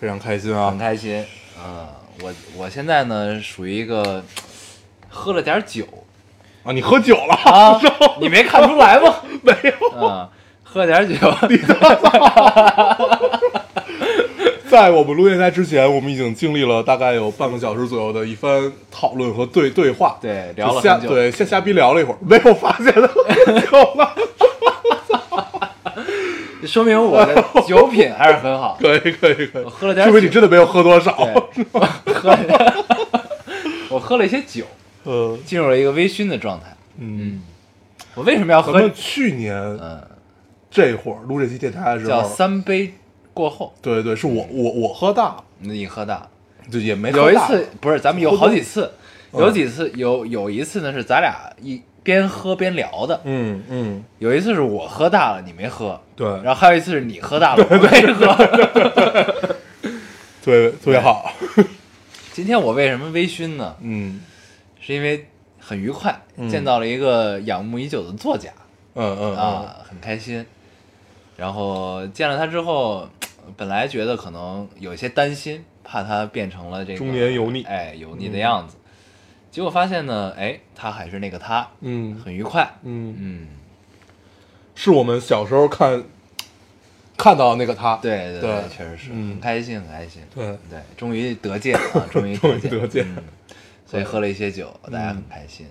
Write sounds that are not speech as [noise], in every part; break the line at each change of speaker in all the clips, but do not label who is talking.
非常开心
很
啊！
开心。呃，我我现在呢属于一个喝了点酒
啊，你喝酒了？ [laughs]
啊，你没看出来 [laughs] 吗？
没有，
嗯，喝点酒，
在我们录电台之前，我们已经经历了大概有半个小时左右的一番讨论和对对话，
对，
就
聊了
瞎
很久，
对，瞎瞎逼聊了一会儿，没有发现他酒了，
[laughs] 说明我的酒品还是很 [laughs] 好。
可以可以可以
我，喝了点
说明你真的没有喝多少，
对，我喝了，我喝了一些酒，
[laughs] 呃
进入了一个微醺的状态。
嗯，
我为什么要
咱
喝？
们去年
嗯，
这会儿录这期电台的时
叫
候，
三杯过后，
对对，是我我我喝大了，
你喝大了。
就也没
有
喝
一
大
次不是，咱们有好几次，
嗯
有几次有有一次呢是咱俩一边喝边聊的，
嗯嗯，
有一次是我喝大了你没喝，
对
然后还有一次是你喝大了我没喝。
对，特别好，
今天我为什么微醺呢？
嗯
是因为很愉快，
嗯
见到了一个仰慕已久的作家
嗯嗯嗯，
啊，很开心。然后见了他之后，本来觉得可能有些担心，怕他变成了这个
中年油腻嗯
哎，油腻的样子。结果发现呢，哎，他还是那个他，
嗯
很愉快。
嗯。
嗯，
是我们小时候看看到那个他，
对对
对
确实是、
嗯
很开心，很开心。
对
对，终于得戒了啊，
[laughs]
终于得戒，
终于得嗯戒
嗯所以喝了一些酒，大家很开心。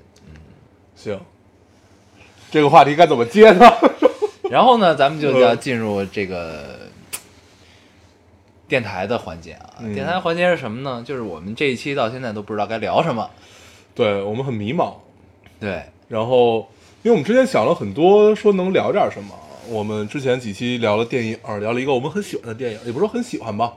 行，这个话题该怎么接呢？
然后呢，咱们就
嗯
要进入这个电台的环节啊。
嗯
电台环节是什么呢？就是我们这一期到现在都不知道该聊什么。
[laughs] 对我们很迷茫，
对，
然后因为我们之前想了很多，说能聊点什么。我们之前几期聊了电影，聊了一个我们很喜欢的电影，也不是说很喜欢吧，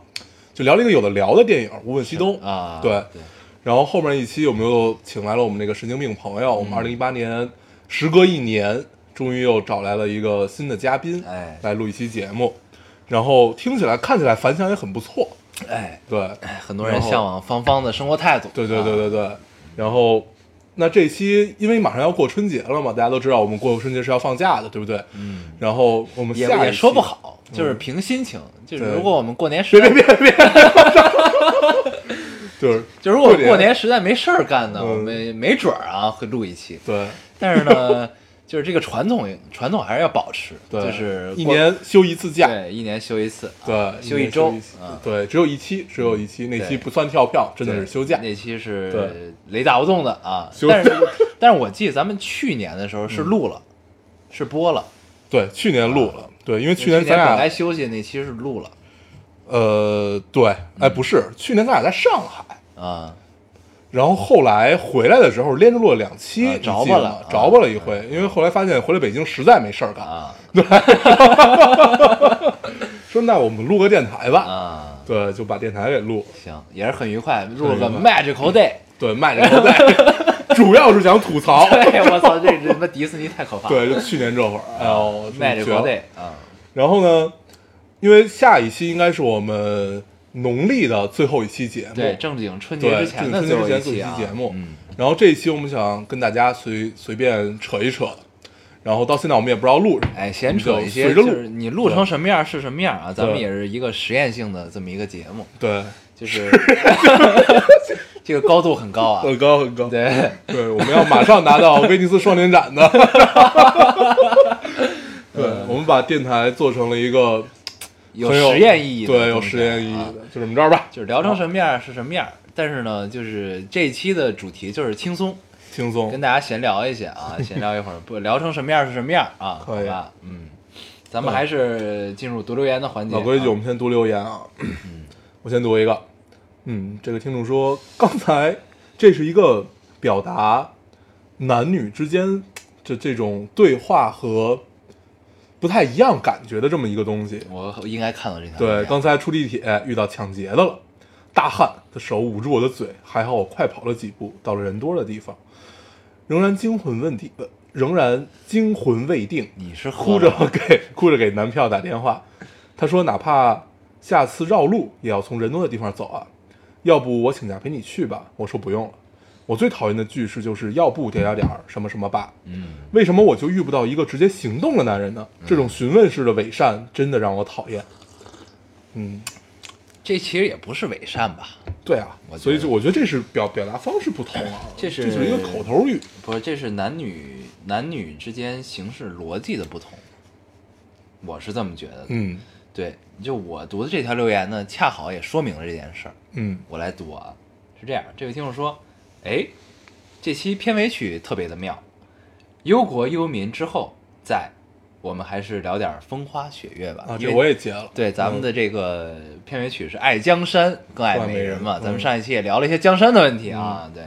就聊了一个有的聊的电影《无问西东》
啊，
对，
对，
然后后面一期我们又请来了我们那个神经病朋
嗯
友，我们二零一八年时隔一年，终于又找来了一个新的嘉宾，
哎
来录一期节目，然后听起来看起来反响也很不错，
哎， [laughs]
对，
哎很多人
然后
向往芳芳的生活态度。
对对对
啊，
对对，然后那这期因为马上要过春节了嘛，大家都知道我们过春节是要放假的，对不对？嗯，然后我们
也
下一
也
期嗯
说不，好，就是凭心情。就是
对
如果我们过年实在，
[laughs] 就是
就是如果
过
过
年
年实在没事儿干呢，
嗯
我们没准儿啊会录一
[laughs]
期。
对
但是呢，就是这个传统传统还是要保持，
对，
就是
一
过
年休一次假，
对一年休一次，啊
对，
休
一
一
年
周
一次
啊。
对，只有一期，只有一期，那期不算跳票，真的
对
是休假。
那期
对
是雷打不动的啊，
[laughs] 休嗯
但是 [laughs] 但是我记得咱们去年的时候是录了，是播了，
对，去年录了，对，因为去
啊年
咱
本来
俩，
休息那期是录了
呃，对，哎，
嗯
不是，去年咱俩在上海，
啊，
然后后来回来的时候连着录了两期，
啊
你记
着吧
得吗
了啊
着吧了一回，因为后来发现回来北京实在没事儿干，
啊
说那我们录个电台吧，
啊，
对，就把电台给录，
行，也是很愉快，录了个
很愉
Magical Day， [laughs]
对，卖这个对， [laughs] 主要是想吐槽，
对哎我操，这他妈迪士尼太可怕了，
对，就去年这会儿，哎呦，真绝了
，Magical Day 啊，
然后呢，因为下一期应该是我们农历的最后一期节目，
对，正经春节之
对，这
前
个
的
春
最后
节之
一
前做
期
一
啊
期节目，
嗯，
然后这一期我们想跟大家随随便扯一扯，然后到现在我们也不知道录什么，
哎，闲扯一些，
随着
就
录
是你录成
对
什么样是什么样啊，咱们
对
也是一个实验性的这么一个节目，
对，
就是
[laughs]
[laughs] 这个高度很高啊，
很呃高很高，
对，
对，我们要马上拿到威尼斯双年
[laughs]
展的，对，我们把电台做成了一个
嗯有
很有
实验意义的东西啊，
对，有实验意义的，就这么着吧，
就是聊成什么样是什么样。但是呢，就是这一期的主题就是轻松，
轻
跟
松，
大家闲聊一下啊，闲聊一会儿，不聊成什么样是什么样啊，好
可以
吧？嗯，咱们还是进入读留言的环节。
老规矩，我
啊，
们先读留言啊。我先读一个，嗯，这个听众说，刚才这是一个表达男女之间这这种对话和不太一样感觉的这么一个东西。
我应该看到这条留言。
对，刚才出地铁遇到抢劫的了，大汉的手捂住我的嘴，还好我快跑了几步，到了人多的地方，仍然惊魂问定，呃仍然惊魂未定，
你是喝
哭
了
着给哭着给男票打电话，他说哪怕下次绕路也要从人多的地方走啊，要不我请假陪你去吧？我说不用了。我最讨厌的句式就是要不点点点儿什么什么吧。嗯，为什么我就遇不到一个直接行动的男人呢？
嗯
这种询问式的伪善真的让我讨厌。嗯，
这其实也不是伪善吧？
对啊
我觉，得
所以就我觉得这是表表达方式不同啊，
这是
是一个口头语。
不是，这是男女男女之间行事逻辑的不同，我是这么觉得的。
嗯
对，就我读的这条留言呢，恰好也说明了这件事儿。
嗯
我来读啊，是这样，这位听众说，哎，这期片尾曲特别的妙，忧国忧民之后，在我们还是聊点风花雪月吧。
啊，
因
这
为
我也截了。
对咱们的这个片尾曲是《爱江山更爱美人》嘛，
更爱美人
咱们
嗯
上一期也聊了一些江山的问题啊，对，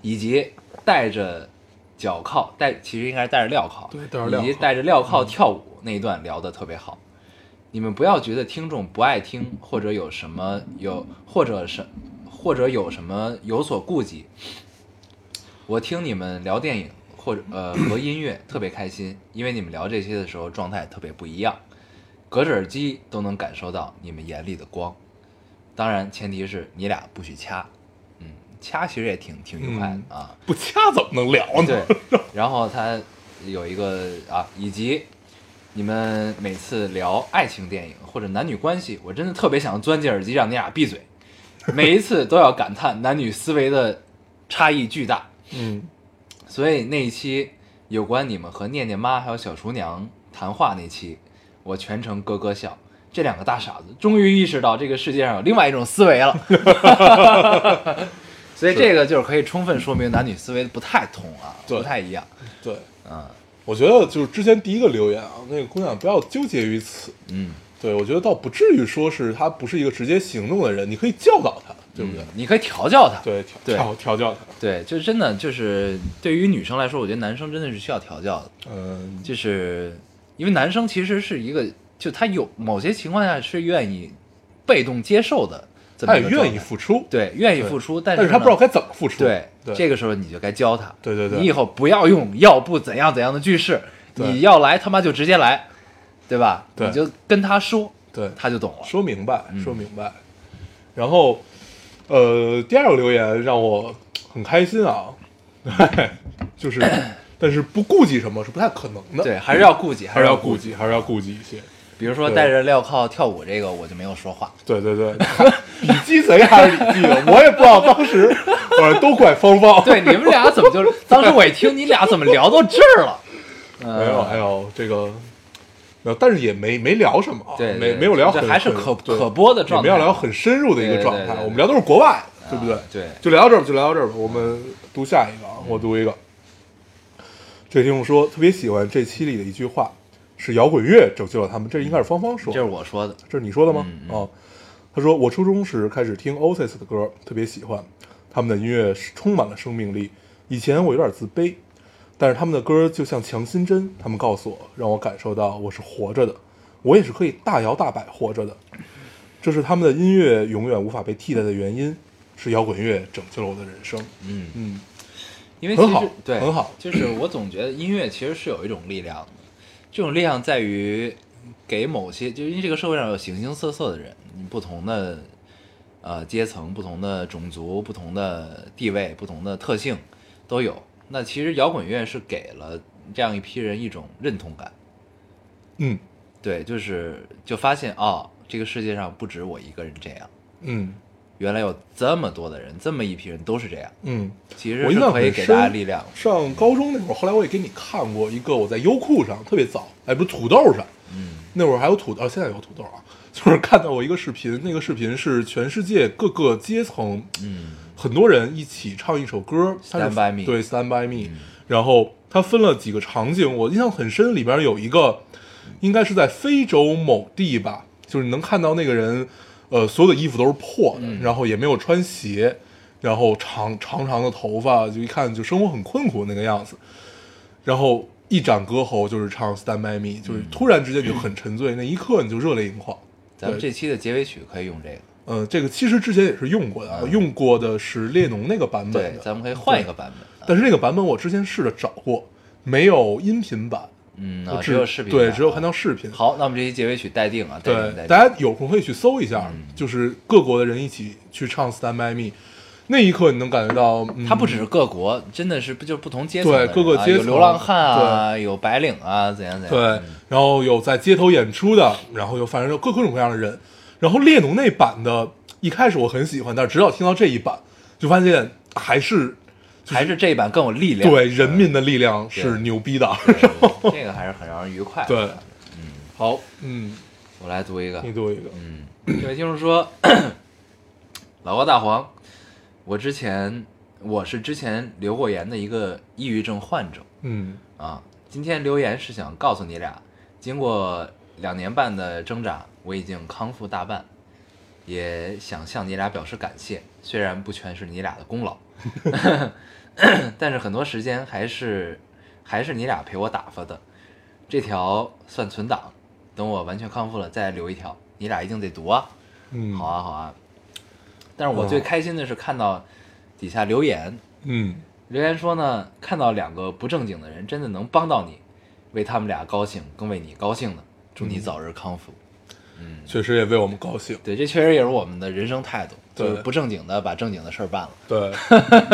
以及带着脚铐，带其实应该是带着镣铐，
对带着镣铐嗯
以及带着镣铐跳舞那一段聊的特别好。你们不要觉得听众不爱听，或者有什么有，或者是或者有什么有所顾忌。我听你们聊电影或者呃和音乐特别开心，因为你们聊这些的时候状态特别不一样。隔着耳机都能感受到你们眼里的光。当然，前提是你俩不许掐。嗯，掐其实也挺挺愉快的、啊。
不掐怎么能聊呢？
对，然后他有一个啊，以及你们每次聊爱情电影或者男女关系，我真的特别想钻进耳机让你俩闭嘴。每一次都要感叹男女思维的差异巨大。
嗯
所以那一期有关你们和念念妈还有小厨娘谈话那期，我全程咯咯笑。这两个大傻子终于意识到这个世界上有另外一种思维
[laughs]
了，所以这个就是可以充分说明男女思维不太同啊，
对
不太一样。
对，
嗯
我觉得就是之前第一个留言啊，那个姑娘不要纠结于此。
嗯，
对，我觉得倒不至于说是她不是一个直接行动的人，你可以教导她，对不对？
嗯你可以调教他。
对，
对
调调调教她。
对，就真的就是对于女生来说，我觉得男生真的是需要调教的。
嗯，
就是因为男生其实是一个，就他有某些情况下是愿意被动接受的，这么
她
一
也
个
愿意
状态
付出，
对，愿意
对
付出，
但
是
她不知道
该
该怎么付出。
对
对，
这个时候你就该教他，
对对对
你以后不要用要不怎样怎样的句式，
对
你要来他妈就直接来，对吧？
对
你就跟他说，
对
他就懂了。
说明白，
嗯
说明白。然后，呃，第二个留言让我很开心啊， [laughs] 就是，但是不顾忌什么是不太可能的，
对，，还是要顾忌，
还
是
是
要
要顾。忌，还是要顾忌一些。
比如说
对
带着镣铐跳舞这个，我就没有说话。
对对对，你鸡贼还是你记的？我也不知道当时，反正都怪方方。
对，你们俩怎么就？ [laughs] 当时我一听你俩怎么聊到这儿了？
没
嗯
有，还有这个，没有，但是也没没聊什么啊，
对对
没没有聊
这
很，
还是可
很对
可播的
也
状
没
态，
有聊很深入的一个
对
状
对
态，
对啊
我们聊都是国外，对不对？
对嗯
就聊到这儿吧，就聊到这儿吧。我们读下一个啊，我读一个。这位听众说特别喜欢这期里的一句话，是摇滚乐拯救了他们。这应该是芳芳说
这
的，
是我说的。
这是你说的吗？
嗯嗯
哦，他说我初中时开始听 Oasis 的歌，特别喜欢，他们的音乐是充满了生命力。以前我有点自卑，但是他们的歌就像强心针，他们告诉我，让我感受到我是活着的，我也是可以大摇大摆活着的。这是他们的音乐永远无法被替代的原因，是摇滚乐拯救了我的人生。
嗯，
嗯，
因为其
很
实
好
对，
很好
就是我总觉得音乐其实是有一种力量的，这种力量在于给某些，就是因为这个社会上有形形色色的人，你不同的呃阶层、不同的种族、不同的地位、不同的特性都有。那其实摇滚乐是给了这样一批人一种认同感，
嗯
对，就是就发现哦，这个世界上不止我一个人这样，
嗯
原来有这么多的人，这么一批人都是这样，
嗯，
其实
我
是
印象
可以
很
给
深。
大家力量的。
上高中那会儿，后来我也给你看过一个，我在优酷上特别早，哎，不是土豆上，嗯，那会儿还有土豆，现在有土豆啊，就是看到过一个视频，那个视频是全世界各个阶层，嗯，很多人一起唱一首歌，它是
Stand by me 嗯
对，Stand by me，、然后它分了几个场景，我印象很深，里边有一个应该是在非洲某地吧，就是你能看到那个人，呃，所有的衣服都是破的，
嗯
然后也没有穿鞋，然后长长长的头发，就一看就生活很困苦那个样子，然后一展歌喉就是唱《Stand by
嗯
Me》，就是突然之间你就很沉醉，那一刻你就热泪盈眶。
咱们
对
这期的结尾曲可以用这个，
呃，这个其实之前也是用过的，啊，用过的是列侬那个版本
嗯对，
的，
咱们可以换一个版本。
但是那个版本我之前试着找过，没有音频版，
嗯，
我
啊只有视频版，
对，只有看到
啊。
视频。
好，那我们这期结尾曲待定啊，待定待
对，大
定。
家有空可以去搜一下，
嗯
就是各国的人一起去唱《Stand by Me》，那一刻你能感觉到，嗯、
它不只是各国，真的是不就是不同阶层的
对
人啊
各个阶层
有流浪汉啊，有白领啊，怎样怎样。
对，然后有在街头演出的，然后有反正有各各种各样的人。然后列侬那版的，一开始我很喜欢，但是直到听到这一版，就发现还是
还是这一版更有力量。
对人民的力量是
对
牛逼的。
对，对这个还是很让人愉快。
对，嗯好，嗯，
我来读一个，
你读一个，
这位听众说：“ [coughs] 老高大黄，我之前我是之前留过言的一个抑郁症患者
嗯
啊，今天留言是想告诉你俩，经过两年半的挣扎，我已经康复大半，也想向你俩表示感谢，虽然不全是你俩的功劳， [laughs] 但是很多时间还是还是你俩陪我打发的，这条算存档，等我完全康复了再留一条，你俩一定得读啊。”
嗯，
好，啊，好啊。但是我最开心的是看到底下留言，
嗯，
留言说呢，看到两个不正经的人真的能帮到你，为他们俩高兴，更为你高兴呢。祝你早日康复。
确实也为我们高兴。
嗯对，这确实也是我们的人生态度，
对
就是不正经的把正经的事儿办了。
对，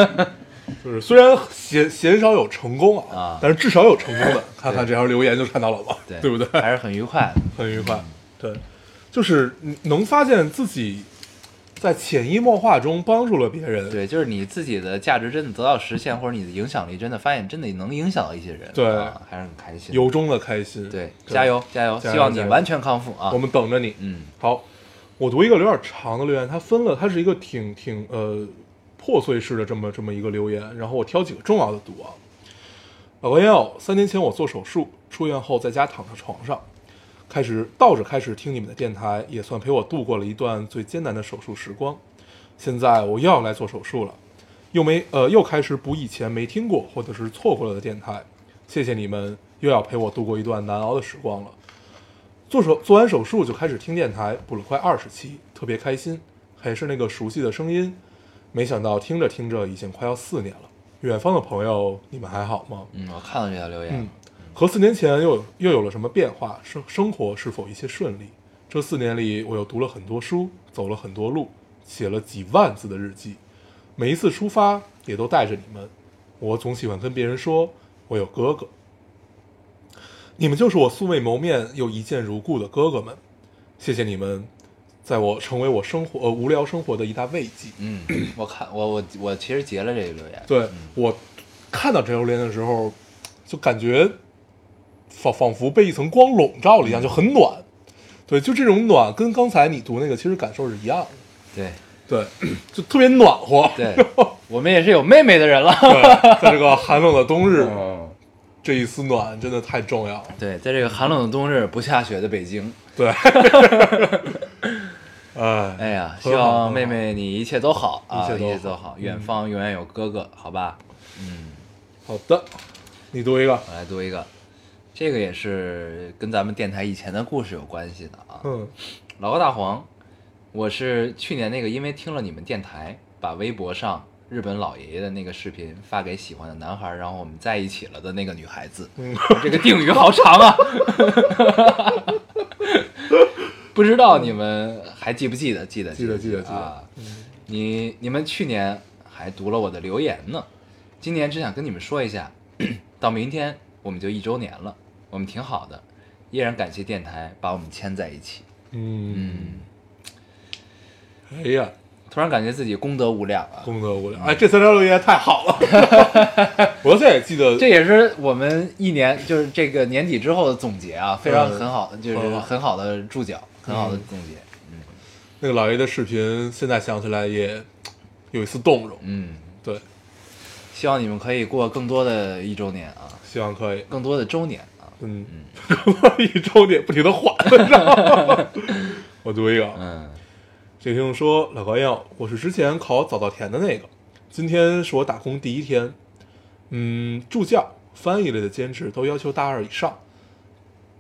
[laughs]
就是虽然鲜鲜少有成功
啊
但是至少有成
[laughs]
功的。看看这条留言就看到了吧，
对，嗯
对不对？
[laughs] 还是很愉快的。
很愉快。对，就是你能发现自己在潜移默化中帮助了别人。
[laughs] 对，就是你自己的价值真的得到实现，或者你的影响力真的发现真的能影响到一些人，
对
啊、还是很开心的。
由衷的开心。
对，加油加油！
加油
希望你
加油
完全康复啊！
我们等着你。
嗯，
好，我读一个有点长的留言，它分了，它是一个挺挺呃破碎式的这么这么一个留言，然后我挑几个重要的读啊。老朋友，三年前我做手术，出院后在家躺在床上，开始倒着开始听你们的电台，也算陪我度过了一段最艰难的手术时光。现在我又要来做手术了，又没呃又开始补以前没听过或者是错过了的电台，谢谢你们又要陪我度过一段难熬的时光了。做手做完手术就开始听电台，补了快二十期，特别开心，还是那个熟悉的声音。没想到听着听着已经快要四年了。远方的朋友，你们还好吗？
嗯，我看到这条留言了，
嗯，和四年前又有又有了什么变化？生生活是否一切顺利？这四年里，我又读了很多书，走了很多路，写了几万字的日记。每一次出发，也都带着你们。我总喜欢跟别人说，我有哥哥。你们就是我素未谋面又一见如故的哥哥们。谢谢你们，在我成为我生活呃无聊生活的一大慰藉。
嗯，我看我我我其实截了这个留言，
对我看到这条留言的时候，就感觉仿仿佛被一层光笼罩了一样，就很暖。对，就这种暖，跟刚才你读那个其实感受是一样的。
对
对，就特别暖和。
对， [laughs] 我们也是有妹妹的人了。
对，在这个寒冷的冬日，这一丝暖真的太重要了。
对，在这个寒冷的冬日不下雪的北京，
对，哎，
哎呀，希
很好很好
望妹妹你一切都好啊，
一切
一
都好嗯
切都好，远方永远有哥哥，好吧？
好的，你读一个。
我来读一个，这个也是跟咱们电台以前的故事有关系的啊。
嗯
老高大黄，我是去年那个因为听了你们电台，把微博上日本老爷爷的那个视频发给喜欢的男孩，然后我们在一起了的那个女孩子。
嗯，
这个定语好长啊！ [laughs] 不知道你们还记不记得？记得，
记得
得，
记得记嗯得
啊！你你们去年还读了我的留言呢，今年只想跟你们说一下，到明天我们就一周年了，我们挺好的，依然感谢电台把我们牵在一起。
嗯，哎呀，
突然感觉自己功德无量啊！
功德无量！哎，这三条留言太好了，我现在也记得
这也是我们一年就是这个年底之后的总结啊，非常
嗯
很好的，就是
很好
很好的注脚，很好的总结。
那个老爷的视频，现在想起来也有一丝动容。
嗯，
对，
希望你们可以过更多的一周年啊，
希望可以。
更多的周年啊。
嗯， [laughs] 一周年不停的换，你知道吗？ [laughs] 我读一个啊，
嗯
这听众说：“老高要，我是之前考早稻田的那个，今天是我打工第一天。嗯，助教、翻译类的兼职都要求大二以上，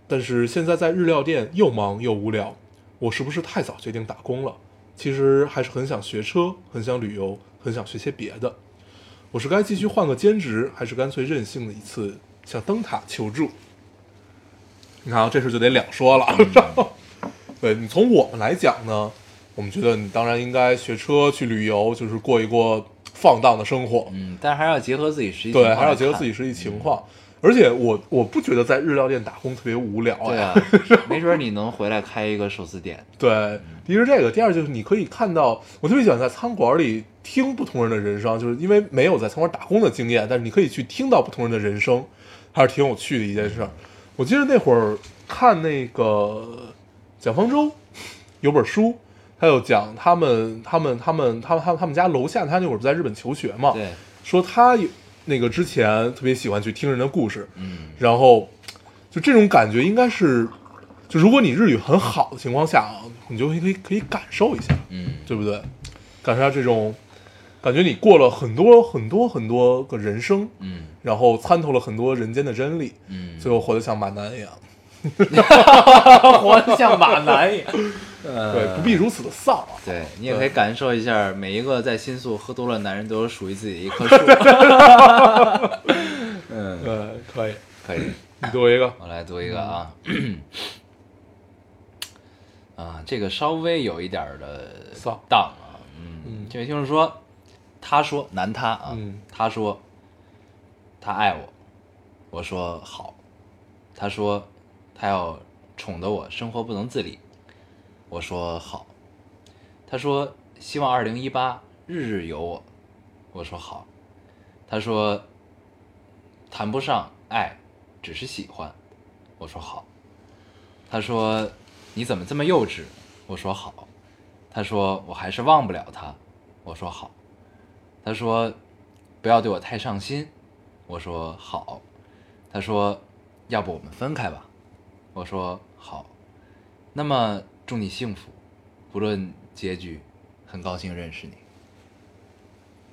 但是现在在日料店又忙又无聊，我是不是太早决定打工了？其实还是很想学车，很想旅游，很想学些别的。我是该继续换个兼职，还是干脆任性的一次向灯塔求助？你看啊，这事就得两说了。 [laughs] 对你从我们来讲呢，我们觉得你当然应该学车去旅游，就是过一过放荡的生活。
嗯，但是还是要结合自己实际情
对，
况
还是要
来
结合
看
自己实际情况。而且我我不觉得在日料店打工特别无聊哎
对
呀、
啊，没准儿你能回来开一个寿司
[laughs]
店。
对，一是这个，第二就是你可以看到，我特别喜欢在餐馆里听不同人的人生，就是因为没有在餐馆打工的经验，但是你可以去听到不同人的人生，还是挺有趣的一件事儿。我记得那会儿看那个蒋方舟有本书，还有讲他们他们他们他们他们他们家楼下，他那会儿不在日本求学嘛，
对，
说他有那个之前特别喜欢去听人的故事，
嗯，
然后就这种感觉应该是，就如果你日语很好的情况下啊，你就可以可以可以感受一下，
嗯，
对不对？感受一下这种感觉，你过了很多很多很多个人生，
嗯，
然后参透了很多人间的真理，
嗯，
[laughs] 最后活得像马男一样。
活得像马男一样。
对，不必如此的丧啊。
[laughs] 对你也可以感受一下，每一个在新宿喝多了的男人都有属于自己的一棵
[laughs]
树。嗯，
对，可以，
可以，
你读一个。
我来读一个啊。 [clears throat] 啊，这个稍微有一点儿的
丧
荡啊，嗯
嗯，
这位听众说，他说男他啊，
嗯
他说他爱我，我说好，他说他要宠得我生活不能自理，我说好，他说希望二零一八日日有我，我说好，他说谈不上爱，只是喜欢，我说好，他说你怎么这么幼稚，我说好，他说我还是忘不了他，我说好。他说不要对我太上心，我说好。他说要不我们分开吧，我说好。那么祝你幸福，不论结局，很高兴认识你。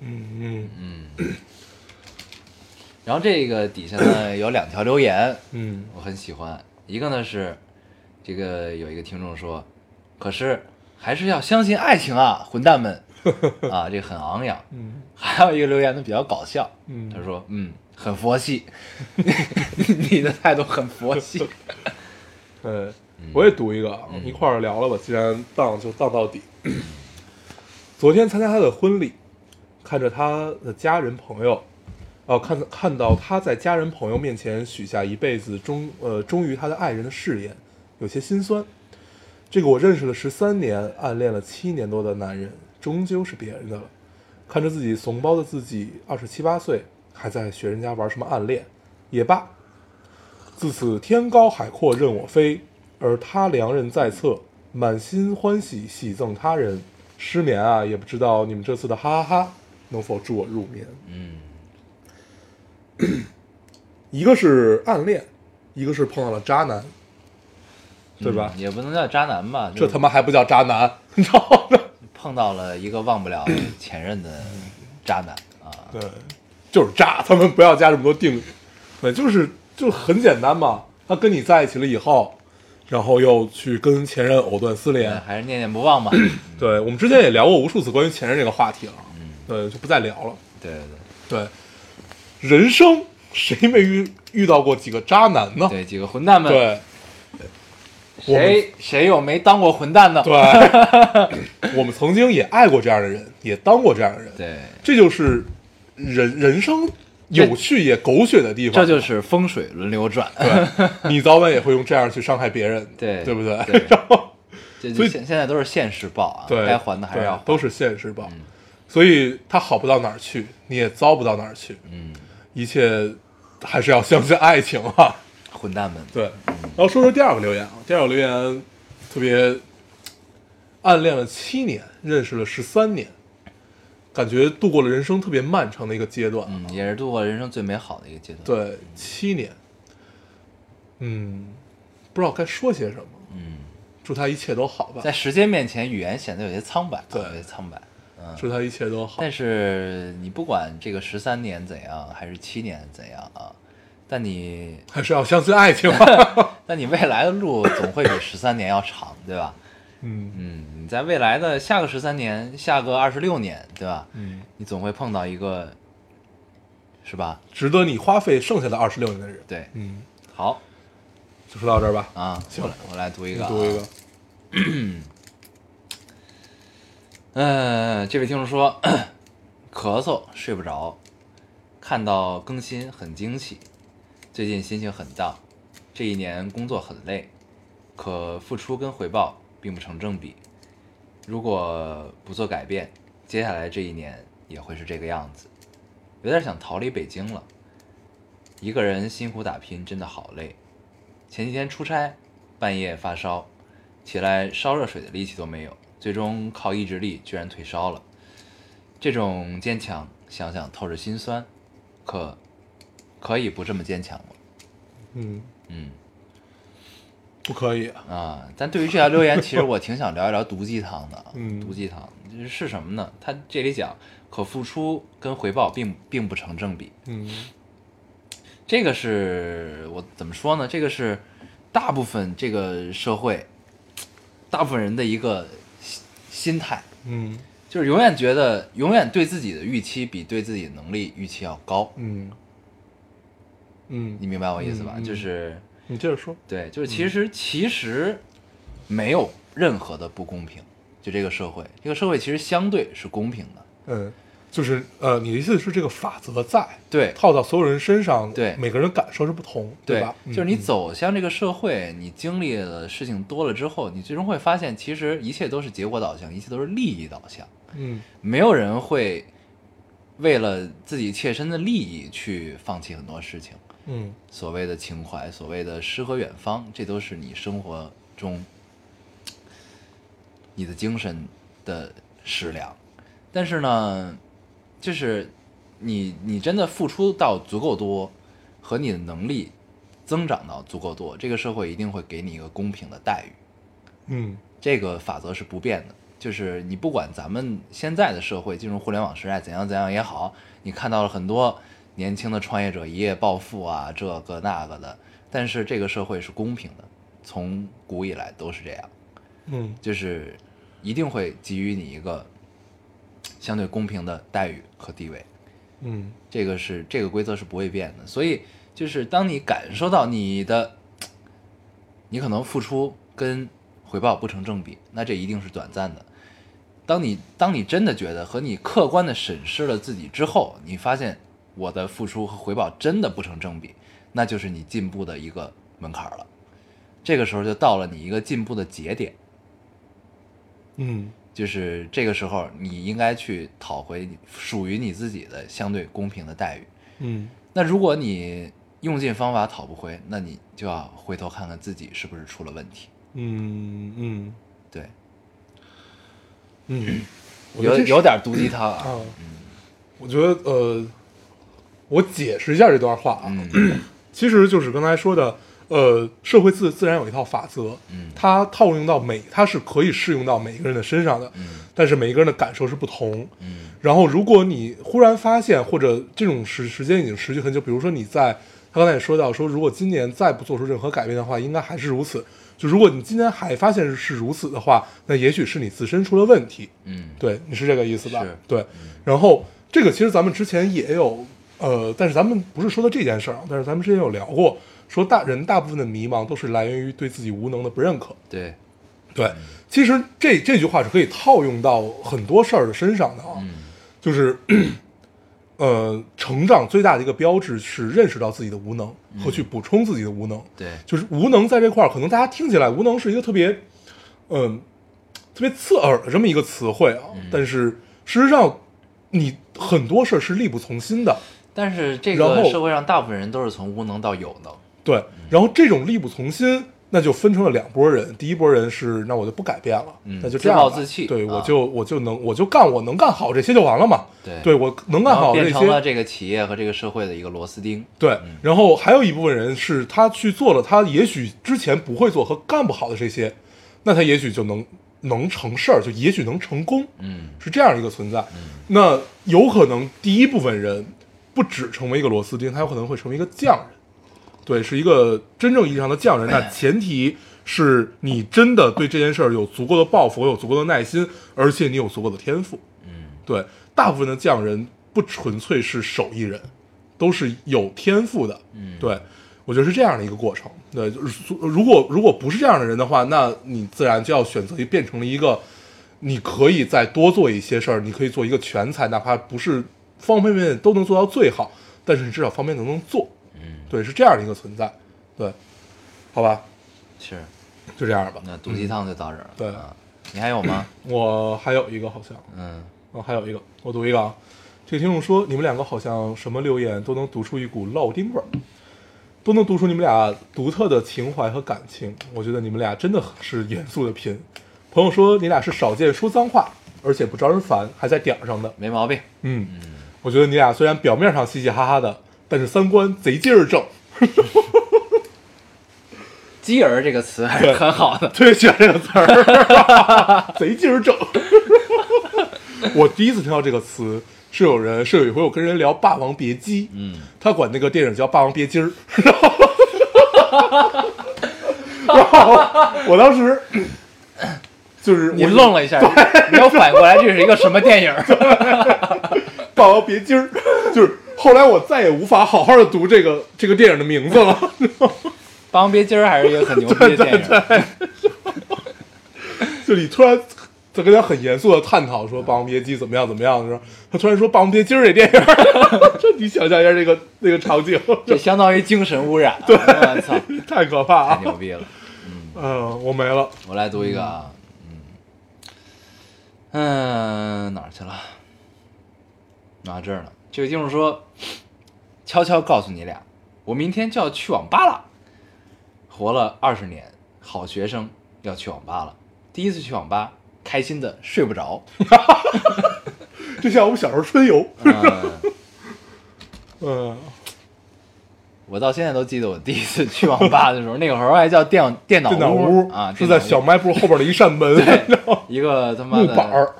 嗯嗯
然后这个底下呢有两条留言，
嗯
我很喜欢，一个呢是这个有一个听众说，可是还是要相信爱情啊，混蛋们 [laughs] 啊，这个很昂扬。
嗯
还有一个留言呢比较搞笑，
嗯
他说嗯很佛系， [laughs] 你的态度很佛系，
对，我也读一个，啊，一块儿聊了吧。既然荡就荡到底。 [clears throat] 昨天参加他的婚礼，看着他的家人朋友，哦、看看到他在家人朋友面前许下一辈子忠呃忠于他的爱人的誓言，有些心酸。这个我认识了十三年、暗恋了七年多的男人，终究是别人的了。看着自己怂包的自己，二十七八岁还在学人家玩什么暗恋，也罢，自此天高海阔任我飞，而他良人在侧，满心欢喜喜赠他人。失眠啊，也不知道你们这次的哈哈哈能否助我入眠。
嗯
一个是暗恋，一个是碰到了渣男， [laughs] 对吧？
嗯也不能叫渣男吧，
这
就
他妈还不叫渣男，你知道吗？ [laughs]
碰到了一个忘不了前任的
嗯
渣男啊，
对，就是渣，他们不要加这么多定语，对，就是就很简单嘛。他跟你在一起了以后，然后又去跟前任藕断丝连，
还是念念不忘
[clears throat]
吧，
对，我们之前也聊过无数次关于前任这个话题了，对，就不再聊了。
对对对。
对，人生谁没遇遇到过几个渣男呢？
对，几个混蛋们，
对我们
谁谁有没当过混蛋的？
对， [laughs] 我们曾经也爱过这样的人，也当过这样的人，
对，
这就是人人生有趣也狗血的地方。
这就是风水轮流转， [laughs]
对，你早晚也会用这样去伤害别人，
对
对不对？
对
然后
这
所
就
以
现现在都是现世报啊，
[laughs] 对，
该还的还是嗯要
对
还，
都是现实吧。所以他好不到哪儿去，你也糟不到哪儿去，
嗯，
一切还是要相信爱情啊。 [laughs]
混蛋们，
对，然后说说第二个留言啊，第二个留言特别暗恋了七年，认识了十三年，感觉度过了人生特别漫长的一个阶段。
嗯，也是度过人生最美好的一个阶段，
对，七年，嗯，不知道该说些什么。
嗯，
祝他一切都好吧
在，时间面前，语言显得有些苍白，啊
对
有些苍白。
祝他一切都好。
但是你不管这个十三年怎样，还是七年怎样啊，但你 [laughs]
还是要相信爱情吧。
但你未来的路总会比十三年要长，对吧？
嗯
嗯，你在未来的下个十三年、下个二十六年，对吧？
嗯，
你总会碰到一个，是吧？
值得你花费剩下的二十六年的人。
对，
嗯，
好
就说到这儿吧。
啊，
行
我来我来读一
你
个、啊，
读一个，
嗯、这位听众说， [clears throat] 咳嗽睡不着，看到更新很惊喜，最近心情很 down，这一年工作很累，可付出跟回报并不成正比，如果不做改变，接下来这一年也会是这个样子，有点想逃离北京了，一个人辛苦打拼真的好累，前几天出差，半夜发烧，起来烧热水的力气都没有，最终靠意志力居然退烧了。这种坚强，想想透着心酸，可可以不这么坚强了。
嗯，
嗯
不可以。
啊，但对于这条留言，其实我挺想聊一聊毒鸡汤的啊。
嗯
毒鸡汤就是是什么呢？它这里讲，可付出跟回报并并不成正比。
嗯
这个是我怎么说呢？这个是大部分这个社会，大部分人的一个心心态，
嗯
就是永远觉得永远对自己的预期比对自己的能力预期要高。
嗯嗯，
你明白我意思吧？
嗯嗯嗯
就是
你接着说。
对，就是其实、其实没有任何的不公平。就这个社会，这个社会其实相对是公平的。
嗯，就是呃，你的意思是这个法则在
对
套到所有人身上，
对
每个人感受是不同，
对
吧？嗯
就是你走向这个社会，你经历了事情多了之后，你最终会发现，其实一切都是结果导向，一切都是利益导向。
嗯，
没有人会为了自己切身的利益去放弃很多事情。
嗯
所谓的情怀，所谓的诗和远方，这都是你生活中你的精神的食粮。但是呢，就是你你真的付出到足够多，和你的能力增长到足够多，这个社会一定会给你一个公平的待遇。
嗯
这个法则是不变的。就是你不管咱们现在的社会进入互联网时代怎样怎样也好，你看到了很多年轻的创业者一夜暴富啊，这个那个的，但是这个社会是公平的，从古以来都是这样，
嗯
就是一定会给予你一个相对公平的待遇和地位。
嗯
这个是这个规则是不会变的。所以就是当你感受到你的，你可能付出跟回报不成正比，那这一定是短暂的。当你当你真的觉得和你客观的审视了自己之后，你发现我的付出和回报真的不成正比，那就是你进步的一个门槛了。这个时候就到了你一个进步的节点，
嗯
就是这个时候你应该去讨回你属于你自己的相对公平的待遇。
嗯
那如果你用尽方法讨不回，那你就要回头看看自己是不是出了问题。
嗯嗯
对，
嗯，我觉
有
得这是
有点毒鸡汤啊。
啊，我觉得呃，我解释一下这段话啊，
嗯
其实就是刚才说的，呃，社会自自然有一套法则，
嗯
它套用到每，它是可以适用到每一个人的身上的，
嗯
但是每一个人的感受是不同。
嗯
然后，如果你忽然发现，或者这种时时间已经持续很久，比如说你在他刚才也说到，说如果今年再不做出任何改变的话，应该还是如此。就如果你今年还发现是如此的话，那也许是你自身出了问题。
嗯，
对，你是这个意思吧
是？
对，然后这个其实咱们之前也有，呃，但是咱们不是说的这件事儿啊，但是咱们之前有聊过，说大人大部分的迷茫都是来源于对自己无能的不认可。
对，
对，其实这这句话是可以套用到很多事儿的身上的啊，
嗯
就是， [clears throat] 呃，成长最大的一个标志是认识到自己的无能
嗯
和去补充自己的无能。
对
就是无能在这块儿，可能大家听起来无能是一个特别，嗯、特别刺耳的这么一个词汇啊。
嗯
但是事实上，你很多事儿是力不从心的，
但是这
然
个
后
社会上大部分人都是从无能到有能。
对。
嗯
然后这种力不从心，那就分成了两拨人。第一拨人是，那我就不改变了，
嗯
那就这样吧
自暴自弃
对
啊
我就我就能我就干我能干好这些就完了嘛。
对
对我能干
然后
好这
变成了
些。
这个企业和这个社会的一个螺丝钉。
对，然后还有一部分人是他去做了他也许之前不会做和干不好的这些，那他也许就能能成事儿，就也许能成功。
嗯
是这样一个存在。那有可能第一部分人不只成为一个螺丝钉，他有可能会成为一个匠人，对，是一个真正意义上的匠人。那前提是你真的对这件事儿有足够的抱负，有足够的耐心，而且你有足够的天赋。
嗯，
对，大部分的匠人不纯粹是手艺人，都是有天赋的。
嗯
对，我觉得是这样的一个过程。对，就是如果如果不是这样的人的话，那你自然就要选择变成了一个，你可以再多做一些事儿，你可以做一个全才，哪怕不是方方面面都能做到最好，但是你至少方面都能做。
嗯，
对，是这样的一个存在。对，好吧，
是。
就这样吧。
那毒鸡汤就到这儿了。
嗯对
啊，你还有吗？
我还有一个好像，
嗯，
嗯，还有一个，我读一个啊。这个听众说，你们两个好像什么留言都能读出一股烙丁味儿，都能读出你们俩独特的情怀和感情。我觉得你们俩真的是严肃的拼。朋友说你俩是少见说脏话，而且不招人烦，还在点儿上的。
没毛病。
嗯，我觉得你俩虽然表面上嘻嘻哈哈的，但是三观贼劲儿正。
鸡儿这个词还是
[laughs] 对
很好的。
特别喜欢这个词
[laughs]
儿，贼劲儿正。我第一次听到这个词是有人是有一回我跟人聊《霸王别姬》，
嗯，
他管那个电影叫《霸王
[laughs]
别姬儿》，然后，然后我当时就是
你
我
愣了一下，没有反过来这是一个什么电影？
霸王别姬儿，就是后来我再也无法好好的读这个这个电影的名字了。
《霸王别姬》还是一个很牛
[laughs]
逼的电影。
就你突然在跟他很严肃的探讨
嗯
说《霸王别姬》怎么样怎么样的时候，他突然说《霸王别姬》这电影儿， [laughs] 这你想象一下这个那个场景， [laughs]
这相当于精神污染。对，我操，
太可怕
[laughs] 太
啊！
牛逼了。
嗯、我没了，
我来读一个啊，嗯，嗯，哪儿去了？啊，这儿呢。这位听众说，悄悄告诉你俩，我明天就要去网吧了。活了二十年，好学生要去网吧了。第一次去网吧，开心的睡不
[laughs]
着。
就像我们小时候春游，
嗯，
嗯、
我到现在都记得我第一次去网吧的时候，那个时候还叫电电脑
电脑
屋
屋
啊，
是
电脑
在
屋
小卖部后边的一扇门，然后
一个他妈
[laughs] 木
的
板儿，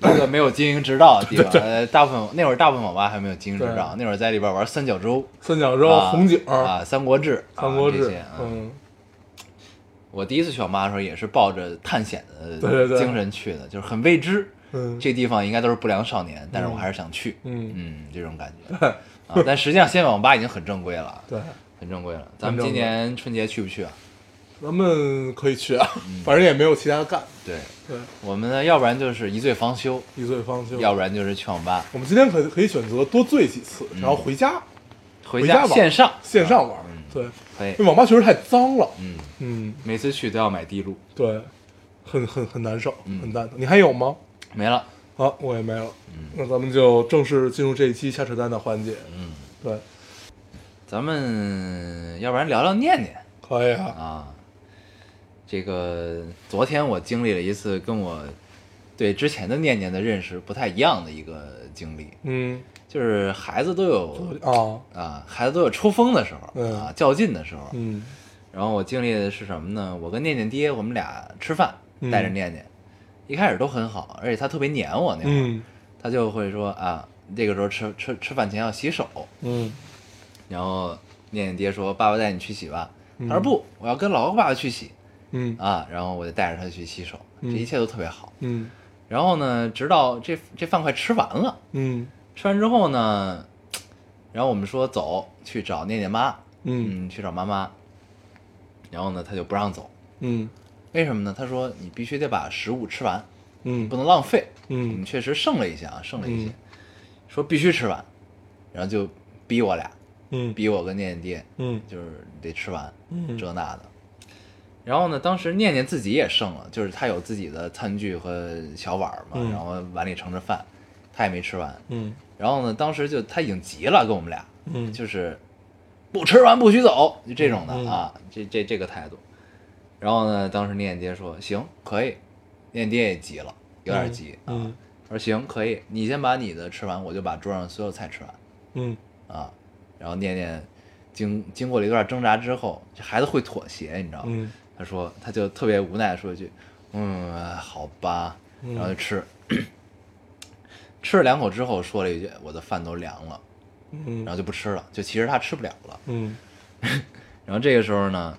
一个没有经营执照的地
[laughs]
方，呃，大部分那会儿大部分网吧还没有经营执照，那会儿在里边玩三角洲、
三角洲、
啊
红警、
啊、三国志、啊
三国
这
志
些，嗯，
嗯，
我第一次去网吧的时候也是抱着探险
对对
的
对
精神去的，就是很未知，
嗯
这地方应该都是不良少年，但是我还是想去，
嗯
嗯，这种感觉啊。但实际上现在网吧已经很正规了，
对，
很正规了。咱们
很
今
正规
年春节去不去啊？
咱们可以去啊，
嗯
反正也没有其他的干，
对
对，
我们呢，要不然就是一醉方休，
一醉方休。
要不然就是去网吧
我们今天可可以选择多醉几次，
嗯
然后回家、
回
回
家
家玩
线上
线上玩，对。
可以
因，为网吧确实太脏了，
嗯，
嗯，
每次去都要买地录，
对，很很很难受，
嗯
很蛋疼。你还有吗？
没了。
好，我也没了。
嗯
那咱们就正式进入这一期瞎扯淡的环节。嗯，对，
咱们要不然聊聊念念
可以啊。
啊。这个昨天我经历了一次跟我对之前的念念的认识不太一样的一个经历，
嗯，
就是孩子都有
啊，
啊，孩子都有抽风的时候、
嗯
啊，较劲的时候。
嗯
然后我经历的是什么呢？我跟念念爹，我们俩吃饭，
嗯
带着念念，一开始都很好，而且他特别黏我那会儿，
嗯
他就会说啊，这个时候吃吃吃饭前要洗手，
嗯
然后念念爹说：“爸爸带你去洗吧。”他说：“不，我要跟老高爸爸去洗
嗯
啊。”然后我就带着他去洗手，这一切都特别好。
嗯
然后呢，直到这这饭快吃完了，
嗯
吃完之后呢，然后我们说走去找念念妈，
嗯
嗯，去找妈妈。然后呢，他就不让走，
嗯
为什么呢？他说：“你必须得把食物吃完，
嗯
不能浪费。”我们
嗯
确实剩了一些啊，剩了一些，
嗯
说必须吃完，然后就逼我俩，
嗯
逼我跟念念爹，
嗯
就是得吃完，
嗯
这那的。然后呢，当时念念自己也剩了，就是她有自己的餐具和小碗嘛，
嗯
然后碗里盛着饭，她也没吃完。
嗯
然后呢，当时就她已经急了，跟我们俩，
嗯，
就是不吃完不许走，就这种的啊，这这这个态度。然后呢，当时念念爹说行可以，念念爹也急了，有点急啊，
嗯
说行可以，你先把你的吃完，我就把桌上所有菜吃完。
嗯
啊，然后念念经经过了一段挣扎之后，这孩子会妥协，你知道吗？
嗯
他说他就特别无奈的说一句，嗯，好吧，
嗯
然后就吃， [clears throat] 吃了两口之后说了一句，我的饭都凉了，然
嗯
后就不吃了，就其实他吃不了了。
嗯
然后这个时候呢，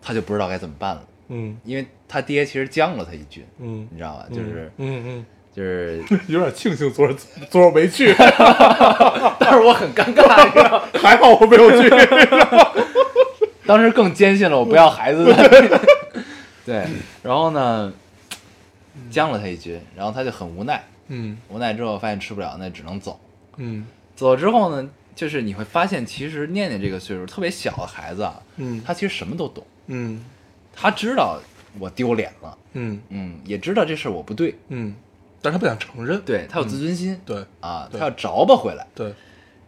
他就不知道该怎么办了，
嗯
因为他爹其实将了他一军，
嗯
你知道吧？啊就是、
嗯
就是，
嗯， [laughs] 有点庆幸昨儿昨儿没
[laughs]
去，
但是我很尴
[laughs]
尬，你知道吗
还好我没有去。
[laughs] 当时更坚信了我不要孩子
[laughs]
的，对，然后呢，将了他一军，然后他就很无奈，
嗯
无奈之后发现吃不了，那只能走。
嗯
走了之后呢，就是你会发现，其实念念这个岁数特别小的孩子啊，
嗯
他其实什么都懂，
嗯
他知道我丢脸了，
嗯
嗯，也知道这事儿我不对，
嗯，但是他不想承认。
对他有自尊心，
对
啊，他
嗯对
要着吧回来。
对，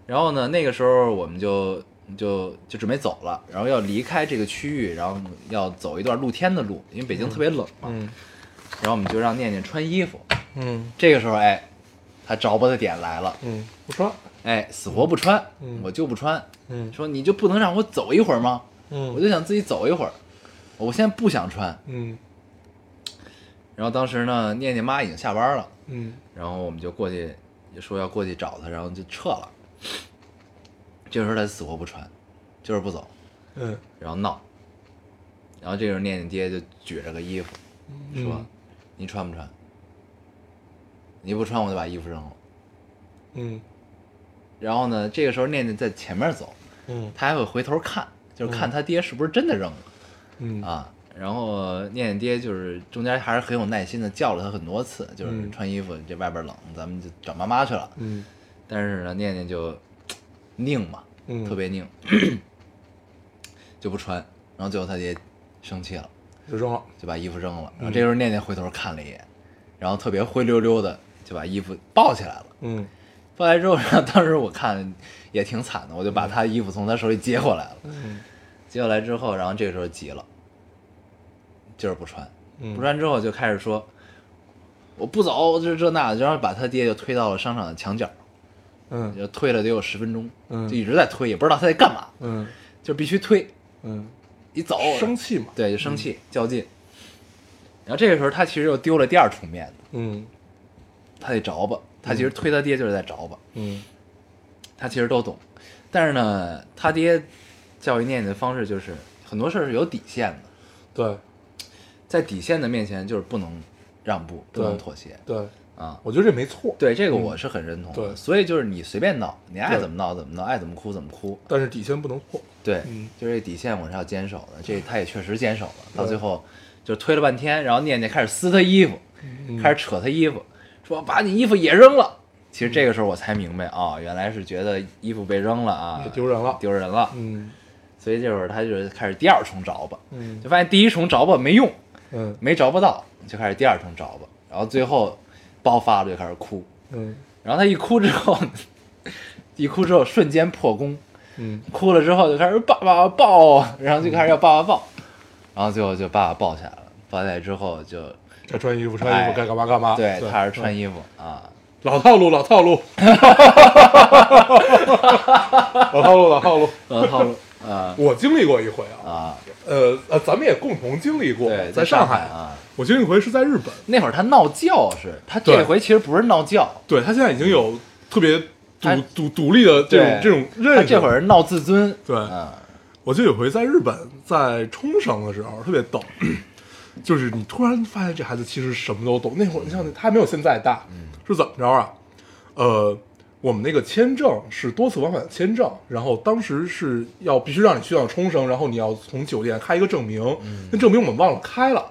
然后呢，那个时候我们就就就准备走了，然后要离开这个区域，然后要走一段露天的路，因为北京特别冷嘛。
嗯
然后我们就让念念穿衣服。
嗯
这个时候，哎，他着吧的点来了，
嗯，不说。
哎，死活不穿，
嗯
我就不穿。
嗯
说你就不能让我走一会儿吗？
嗯
我就想自己走一会儿，我现在不想穿。
嗯
然后当时呢，念念妈已经下班了，
嗯
然后我们就过去，也说要过去找她，然后就撤了。这个时候她死活不穿，就是不走，
嗯
然后闹。然后这时候念念爹就举着个衣服
嗯
说：“你穿不穿？你不穿我就把衣服扔了。
嗯”
然后呢，这个时候念念在前面走，
嗯
她还会回头看，就是看她爹是不是真的扔了。
嗯
啊，然后念念爹就是中间还是很有耐心的叫了他很多次，就是
嗯
穿衣服，这外边冷，咱们就找妈妈去了。
嗯
但是呢，念念就拧嘛，
嗯
特别拧， [coughs] 就不穿。然后最后他爹生气了，
就扔了。
就把衣服扔了。
嗯
然后这时候念念回头看了一眼，然后特别灰溜溜的就把衣服抱起来了。
嗯
抱起来之后，然后当时我看也挺惨的，我就把他衣服从他手里接过来了。
嗯
接过来之后，然后这个时候急了，就是不穿，
嗯
不穿之后就开始说，我不走，这这那的，然后把他爹就推到了商场的墙角，
嗯
就推了得有十分钟，
嗯
就一直在推，也不知道他在干嘛，
嗯
就必须推，
嗯，
一走
生，气嘛。
对，就生气、较劲。然后这个时候他其实又丢了第二重面子，
嗯
他得着吧，他其实推他爹就是在着吧，
嗯
他其实都懂，但是呢，他爹教育念念的方式就是很多事儿是有底线的。
对
在底线的面前就是不能让步，不
对
能妥协
对，
啊。
我觉得这没错。
对这个我是很认同的，
对
所以就是你随便闹，你爱
对
怎么闹怎么闹，爱怎么哭怎么哭，
但是底线不能破。
对，
嗯
就这底线我是要坚守的。这他也确实坚守了，到最后就推了半天，然后念念开始撕他衣服，
嗯
开始扯他衣服，说把你衣服也扔了。其实这个时候我才明白啊、原来是觉得衣服被扔了啊
嗯也，丢人了
丢人了。
嗯
所以这会儿他就开始第二重着吧，
嗯
就发现第一重着吧没用，
嗯
没着不到，就开始第二通着吧，然后最后爆发了就开始哭，
嗯
然后他一哭之后， [laughs] 一哭之后瞬间破功，
嗯
哭了之后就开始爸爸抱我，然后就开始要爸爸抱，然后最后就爸爸抱起来了，抱起来之后就
该穿衣服穿衣
哎
服，该干嘛干嘛。
对他还是穿
嗯
衣服啊，
老套路，老套路，
[laughs]
老套路，老套路。
呃套路啊
我经历过一回啊，
啊，
呃呃，咱们也共同经历过，
对，
在
上
海。
啊，
我经历一回是在日本，
那会儿他闹觉是，他这
对
回其实不是闹觉，
对他现在已经有特别
他
独独独立的这
对
种这种认
他
识。
这会儿闹自尊，
对
嗯
我记得有回在日本，在冲绳的时候特别逗，就是你突然发现这孩子其实什么都懂。那会儿你像他还没有现在大，是怎么着啊？呃，我们那个签证是多次往返签证，然后当时是要必须让你去到冲绳，然后你要从酒店开一个证明，那证明我们忘了开了，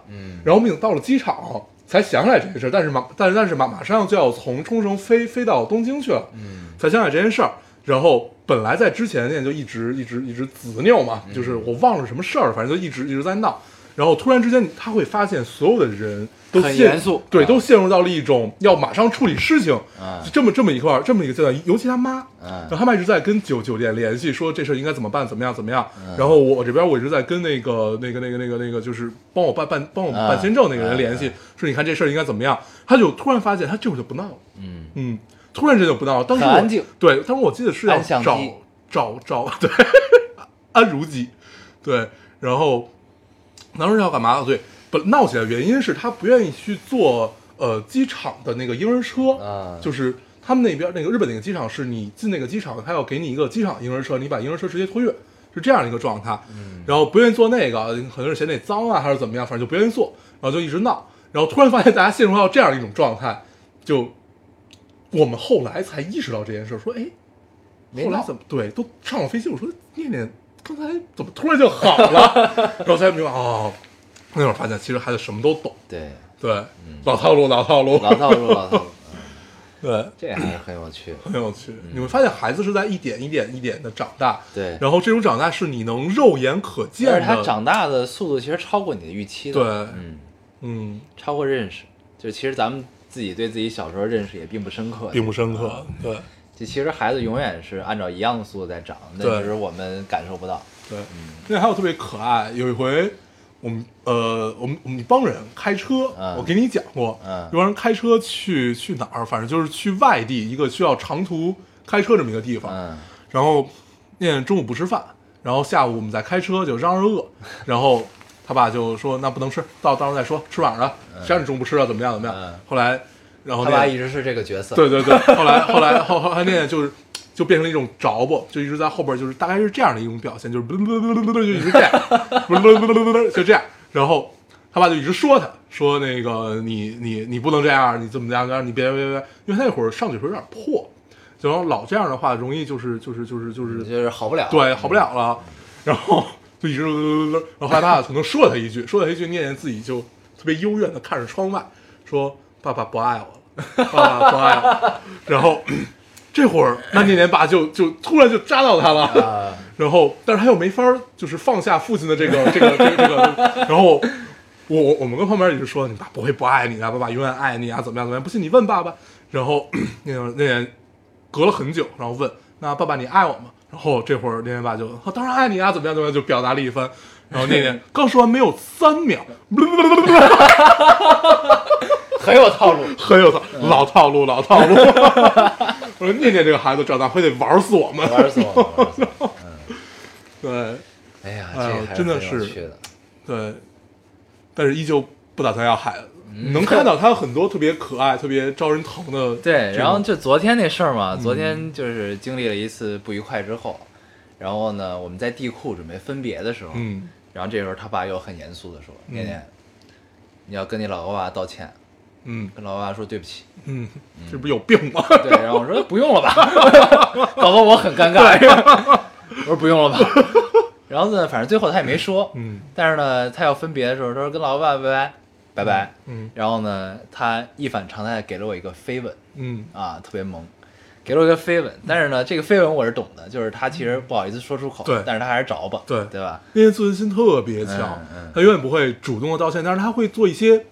然后我们已经到了机场。才想起来这件事儿，但是马但是但是马马上就要从冲绳飞飞到东京去了，
嗯
才想起来这件事儿。然后本来在之前念就一直一直一直执拗嘛，
嗯
就是我忘了什么事儿，反正就一直一直在闹。然后突然之间，他会发现所有的人都
很
陷
严肃
对，
啊
都陷入到了一种要马上处理事情，
嗯
就这么这么一块儿这么一个阶段。尤其他妈，
嗯
然后他妈一直在跟酒酒店联系，说这事儿应该怎么办，怎么样，怎么样。
嗯
然后我这边我一直在跟那个那个那个那个那个，就是帮我办办帮我
嗯
办签证那个人
嗯
联系，说你看这事儿应该怎么样。他就突然发现，他这会儿就不闹了。
嗯，
嗯，突然之间就不闹了。当时
很
我
安静
对，当时我记得是要
安相
找
机
找找对安如鸡，对，然后当时要干嘛的？对，本闹起来的原因是他不愿意去坐呃机场的那个婴儿车，
啊
就是他们那边那个日本那个机场是你进那个机场，他要给你一个机场婴儿车，你把婴儿车直接托运。是这样一个状态。
嗯
然后不愿意做那个，可能是嫌那脏啊，还是怎么样，反正就不愿意做，然后就一直闹。然后突然发现大家陷入到这样一种状态，就我们后来才意识到这件事，说哎，
没
后来
闹
怎么对都上了飞机？我说念念刚才怎么突然就好了？ [laughs] 然后才明白哦，那会儿发现其实孩子什么都懂。
对，
对，老套路，老套路，
老套路，老套
[laughs]
路，
对，
这还是很有趣。
很有趣。你会发现孩子是在一点一点一点的长大，
嗯对，
然后这种长大是你能肉眼可见
但
的。
是他长大的速度其实超过你的预期的，
对
嗯，
嗯，
超过认识。就其实咱们自己对自己小时候认识也并不深刻，
并不深刻。对
就其实孩子永远是按照一样的速度在长，但
对
只是我们感受不到。
对，
嗯
那还有特别可爱，有一回。我们呃，我们我们一帮人开车，
嗯
我给你讲过，
嗯
一帮人开车去去哪儿，反正就是去外地一个需要长途开车这么一个地方，
嗯，
然后念念中午不吃饭，然后下午我们再开车就嚷嚷饿，
嗯
然后他爸就说那不能吃，到到时候再说，吃晚上了，谁让你中午不吃啊？怎么样怎么样
嗯？
后来，然后
他
念
爸一直是这个角色，
对对对， [laughs] 后来后来后后来念念就是。就变成了一种着不，就一直在后边，就是大概是这样的一种表现，就是就一直这样，就这样。然后他爸就一直说他，说那个你你你不能这样，你怎么怎么样，你别别别，因为他那会儿上学时候有点破，然后老这样的话，容易就是就是就是就是
就是好不了。
对，好不了了。然后就一直，然后后来爸爸可能说了他一句，说了他一句，念念自己就特别幽怨的看着窗外，说：“爸爸不爱我了，爸爸不爱我了。” [laughs] 然后 [clears throat] 这会儿，那念念爸就就突然就扎到他了，
啊，
然后但是他又没法儿就是放下父亲的这个这个这个这个，然后。我我我们跟旁边也是说，你爸不会不爱你的，爸爸永远爱你啊，怎么样怎么样？不信你问爸爸。然后 [clears throat] 那个那人隔了很久，然后问：“那爸爸你爱我吗？”然后这会儿念念爸就：“啊，当然爱你啊，怎么样怎么样？”就表达了一番。然后念念刚说完没有三秒， [laughs]
很有套路。
很有套老套路老套路。 [laughs] 我说念念这个孩子长大非得玩死我们。
玩死我
[laughs]
了！玩死我了
对
哎呀，
哎呦
这还
真的
很有
是
趣的，
对，但是依旧不打算要孩子。
嗯
能看到他很多特别可爱、特别招人疼的这种。嗯
对，然后就昨天那事儿嘛，昨天就是经历了一次不愉快之后，然后呢，我们在地库准备分别的时候，
嗯
然后这时候他爸又很严肃的说：“念念，你要跟你老爸爸道歉，
嗯
跟老爸爸说对不起。
嗯， [laughs] 这不是有病吗？”
对，然后我说：“不用了吧。”搞得我很尴尬，我说：“不用了吧。”然后呢，反正最后他也没说，
嗯
但是呢，他要分别的时候，他说：“跟老爸爸拜拜，拜拜。”
嗯
然后呢，他一反常态地给了我一个飞吻。
嗯
啊，特别萌，给了我一个飞吻。但是呢，这个飞吻我是懂的，就是他其实不好意思说出口，
对
但是他还是着吧，
对
对吧？
那些自尊心特别强，
嗯嗯
他永远不会主动的道歉，但是他会做一些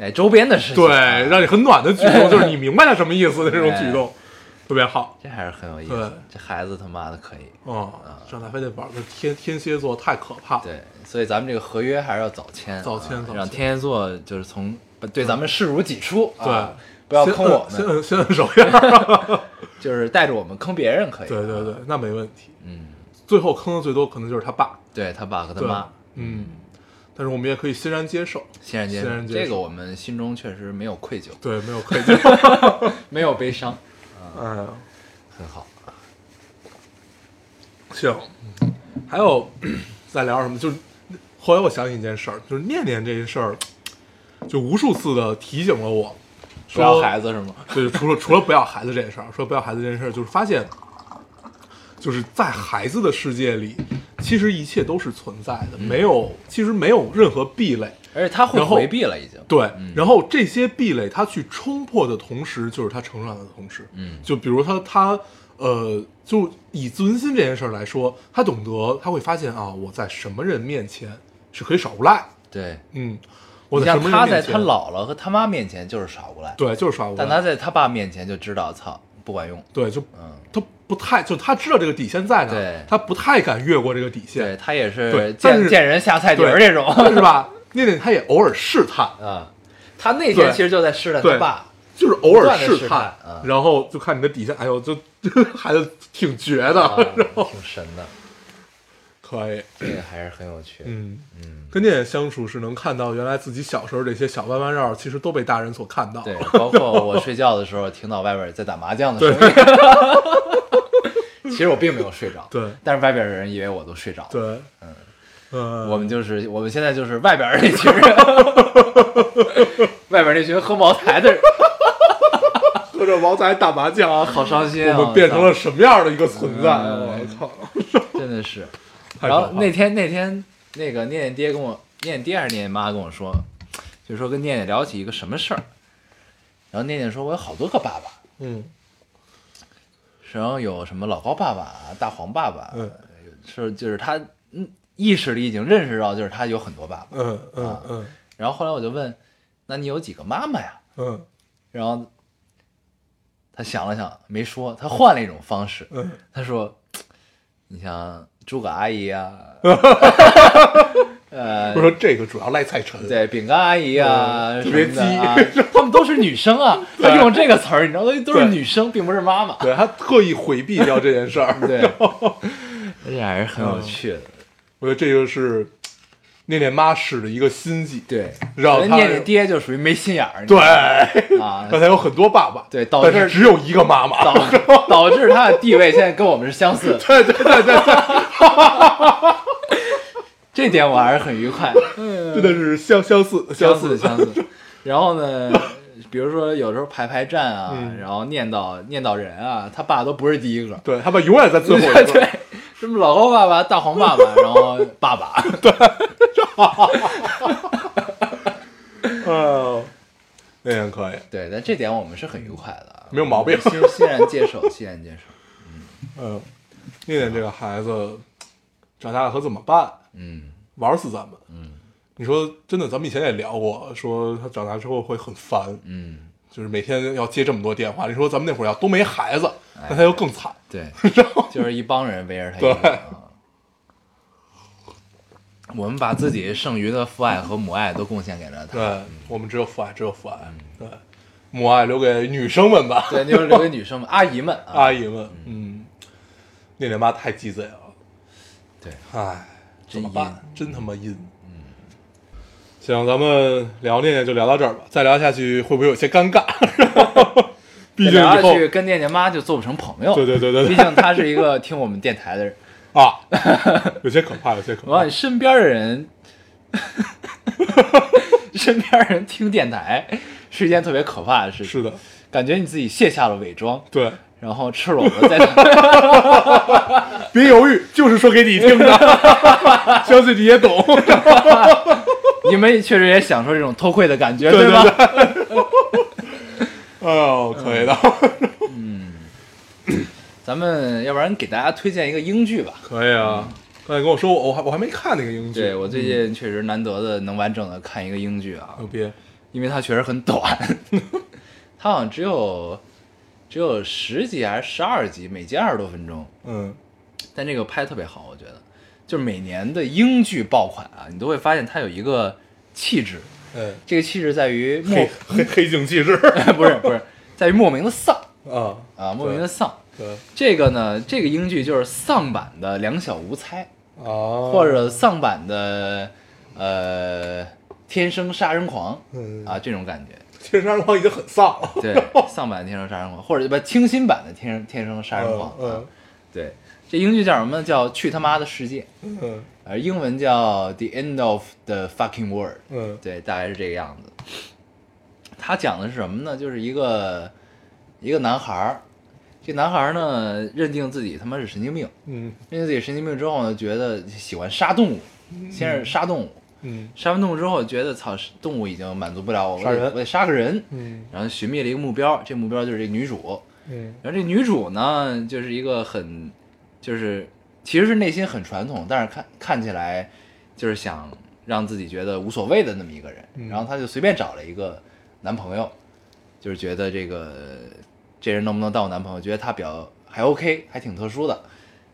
哎，周边的事情，
对
啊
让你很暖的举
[laughs]
动，就是你明白他什么意思的这种举动，特别好。
这还是很有意
对
思。这孩子他妈的可以，
哦，张大飞那玩的天天蝎座太可怕了，
啊对，所以咱们这个合约还是要早签，
早签
啊
早
让
签
天蝎座就是从对咱们视如己出，啊
对呃
不要
先
坑
摁
我
先
们，
摁先摁手印儿。
就是带着我们坑别人可以，
[laughs]
啊
对对对，那没问题。
嗯，
最后坑的最多可能就是他爸，
对他爸和他
对
妈，，
嗯，但是我们也可以欣然接受，
欣然接
欣然
受，
接
这个
受
我们心中确实没有愧疚，
对，没有愧疚。
[laughs] 没有悲伤，
哎呀，
很好。
行，还有在聊什么？就是后来我想起一件事儿，就是念念这件事儿，就无数次的提醒了我，
不要
说
孩子是吗？
对，除了除了不要孩子这件事儿，说不要孩子这件事儿，就是发现，就是在孩子的世界里，其实一切都是存在的，没有，其实没有任何壁垒。
而且他会
然后
回避了，已经。
对，然后这些壁垒他去冲破的同时，就是他成长的同时。
嗯
就比如他他呃，就以自尊心这件事儿来说，他懂得他会发现啊，我在什么人面前是可以耍无赖。
对，
嗯，我
你
在什
像
么人
他
面
在
前？
他姥姥和他妈面前就是耍无赖，
对，就是耍无赖。
但他在他爸面前就知道，操，不管用。
对，就
嗯，
他不太就他知道这个底线在哪
对
儿，他不太敢越过这个底
对
线，
他也是
对但
见
是
见人下菜碟
对
儿这种。
是吧？念念他也偶尔试探，
[laughs] 啊，他那天
对
其实就在试探他
对
爸。
就是偶
不断
尔
地试探
探
啊，
然后就看你的底线。哎呦，就 [laughs] 孩子挺绝
啊 [laughs]
的，然后
挺神 [clears throat] 的，
可以，
这个还是很有趣。
嗯嗯，跟念念相处是能看到原来自己小时候这些小弯弯绕，其实都被大人所看到。
对，包括我睡觉的时候听到外边在打麻将的声音， [laughs] 其实我并没有睡着，
对
但是外边的人以为我都睡着了。
对，嗯，呃，
我们就是我们现在就是外边儿那
[laughs]
群人，外边儿那群喝茅台的人，
喝着茅台打麻将，
好伤心啊！
我们变成了什么样的一个存在？
嗯
我操！
操真的是。
太
然
可怕
后那天那天那个念念爹跟我念念爹还是念念妈跟我说，就是说跟念念聊起一个什么事儿，然后念念说我有好多个爸爸，
嗯
然后有什么老高爸爸啊、大黄爸爸啊，
嗯
是就是他嗯意识里已经认识到就是他有很多爸爸。
嗯嗯嗯
然后后来我就问，那你有几个妈妈呀？
嗯
然后他想了想，没说，他换了一种方式，
嗯，
他说：“你像诸葛阿姨呀、 [laughs] 呃
我，说这个主要赖蔡晨，
对，饼干阿姨呀、
嗯
什么的
[laughs]
啊，他们都是女生啊，他用这个词儿，你知道，都是女生，并不是
[laughs]
妈妈。
对他特意回避掉这件事儿。
对，而且还是很有趣的。
我觉得这个是念念妈使的一个心计，
对，
让
人
他
念念爹就属于没心眼儿，你知
对，
道吗啊，
[laughs] 刚才有很多爸爸，
对导致
但是只有一个妈
[laughs]
妈，
导
[laughs]
导致他的地位现在跟我们是相似的。
对对对对对，
[laughs] 这点我还是很愉快。
真的是相相似
[laughs] 相似
似
相似。然后呢，比如说有时候排排站啊，
嗯，
然后念叨念叨人啊，他爸都不是第一个
[laughs] 对他们永远在最后一
对
个，，
[laughs] 什么老高爸爸、大黄爸爸，然后爸爸， [laughs]
嗯，那也可以，
对，但这点我们是很愉快的啊，
没有毛病
欣欣然接受，欣然接受。
嗯，念念这个孩子长大了可怎么办？
嗯，
玩死咱们。嗯，你说真的，咱们以前也聊过，说他长大之后会很烦，
嗯，
就是每天要接这么多电话。你说咱们那会儿要都没孩子，
哎
那他就更惨。
对，就是一帮人围着他一
对
个。啊我们把自己剩余的父爱和母爱都贡献给了他，
对，我们只有父爱，只有父
嗯
爱。对，母爱留给女生们
[laughs]
吧，
对，就是留给女生们、阿姨们啊，
阿姨们。嗯，那年妈太鸡贼了。
对，
唉，
真
怎么
阴
办？真他妈阴。嗯，行，咱们聊念念就聊到这儿吧，再聊下去会不会有些尴尬？ [laughs] 毕竟
聊
以
下
后
去跟念念妈就做不成朋友。
对对对对对
毕竟她是一个听我们电台的人，
啊，有些可怕，有些可
我
怕
让你。身边的人， [laughs] 身边人听电台是一件特别可怕的事情。
是的，
感觉你自己卸下了伪装，
对，
然后赤裸的在
别犹豫，就是说给你
[laughs]
听的，相信你也懂。
[laughs] 你们确实也享受这种偷窥的感觉，
对
吧？
对。哎呦，可以的，
嗯 [laughs] 咱们要不然给大家推荐一个英剧吧。
可以啊。刚才跟我说，我还我还没看那个英剧，嗯
对我最近确实难得的能完整的看一个英剧啊，
牛逼，
因为它确实很短， [laughs] 它好像只有只有十集还是十二集，每集二十多分钟，
嗯，
但这个拍得特别好，我觉得，就是每年的英剧爆款啊，你都会发现它有一个气质，
哎，
这个气质在
[laughs]
于莫
黑黑黑警气质
[laughs] 不是不是在于莫名的丧
啊，
啊，莫名的丧。
对
这个呢，这个英剧就是丧版的《两小无猜》，
啊，
或者丧版的呃《天生杀人狂》
嗯
啊这种感
[laughs]
觉。
天山王已经很丧了，
对，丧版的天生杀人狂，或者不清新版的天生天生杀人狂。啊
嗯
对，这英剧叫什么呢？叫《去他妈的世界》，
嗯嗯
呃，英文叫《The End of the Fucking World》。
嗯
对，大概是这个样子。他讲的是什么呢？就是一个一个男孩儿，这男孩儿呢认定自己他妈是神经病，
嗯
认定自己神经病之后呢，觉得喜欢杀动物，先是杀动物，
嗯
杀完动物之后觉得操，动物已经满足不了我，我
杀人
得我得杀个人，
嗯
然后寻觅了一个目标，这目标就是这女主，
嗯
然后这女主呢，就是一个很，就是其实是内心很传统，但是看看起来就是想让自己觉得无所谓的那么一个人。
嗯
然后她就随便找了一个男朋友，就是觉得这个这人能不能当我男朋友，觉得他比较还 OK，还挺特殊的。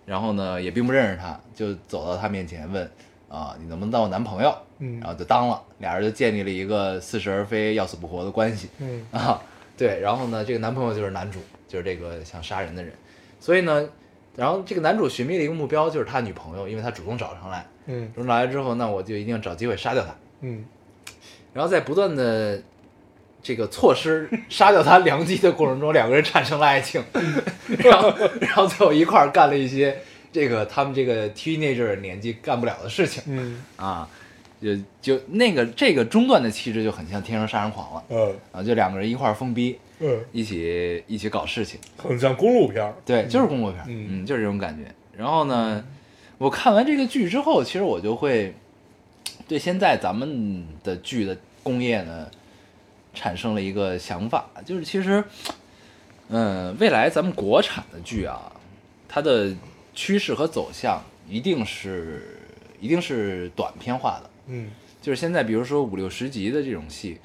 然后呢，也并不认识他，就走到他面前问啊，你能不能当我男朋友？
嗯
然后就当了，俩人就建立了一个似是而非、要死不活的关系。
嗯
啊，对，然后呢，这个男朋友就是男主，就是这个想杀人的人，所以呢，然后这个男主寻觅了一个目标，就是他女朋友，因为他主动找上来，
嗯
主动找来之后，那我就一定要找机会杀掉他，
嗯
然后在不断的这个措施杀掉他良机的过程中，两个人产生了爱情，然后然后最后一块儿干了一些这个他们这个 teenager 年纪干不了的事情
嗯
啊，就就那个这个中段的气质就很像《天生杀人狂》了
嗯
啊，就两个人一块儿疯逼，
嗯，
一起一起搞事情，
很像公路片儿，
对，就是公路片儿，
嗯
嗯，就是这种感觉。然后呢，我看完这个剧之后，其实我就会对现在咱们的剧的工业呢产生了一个想法，就是其实，嗯，未来咱们国产的剧啊，它的趋势和走向一定是一定是短片化的，
嗯
就是现在，比如说五六十集的这种戏，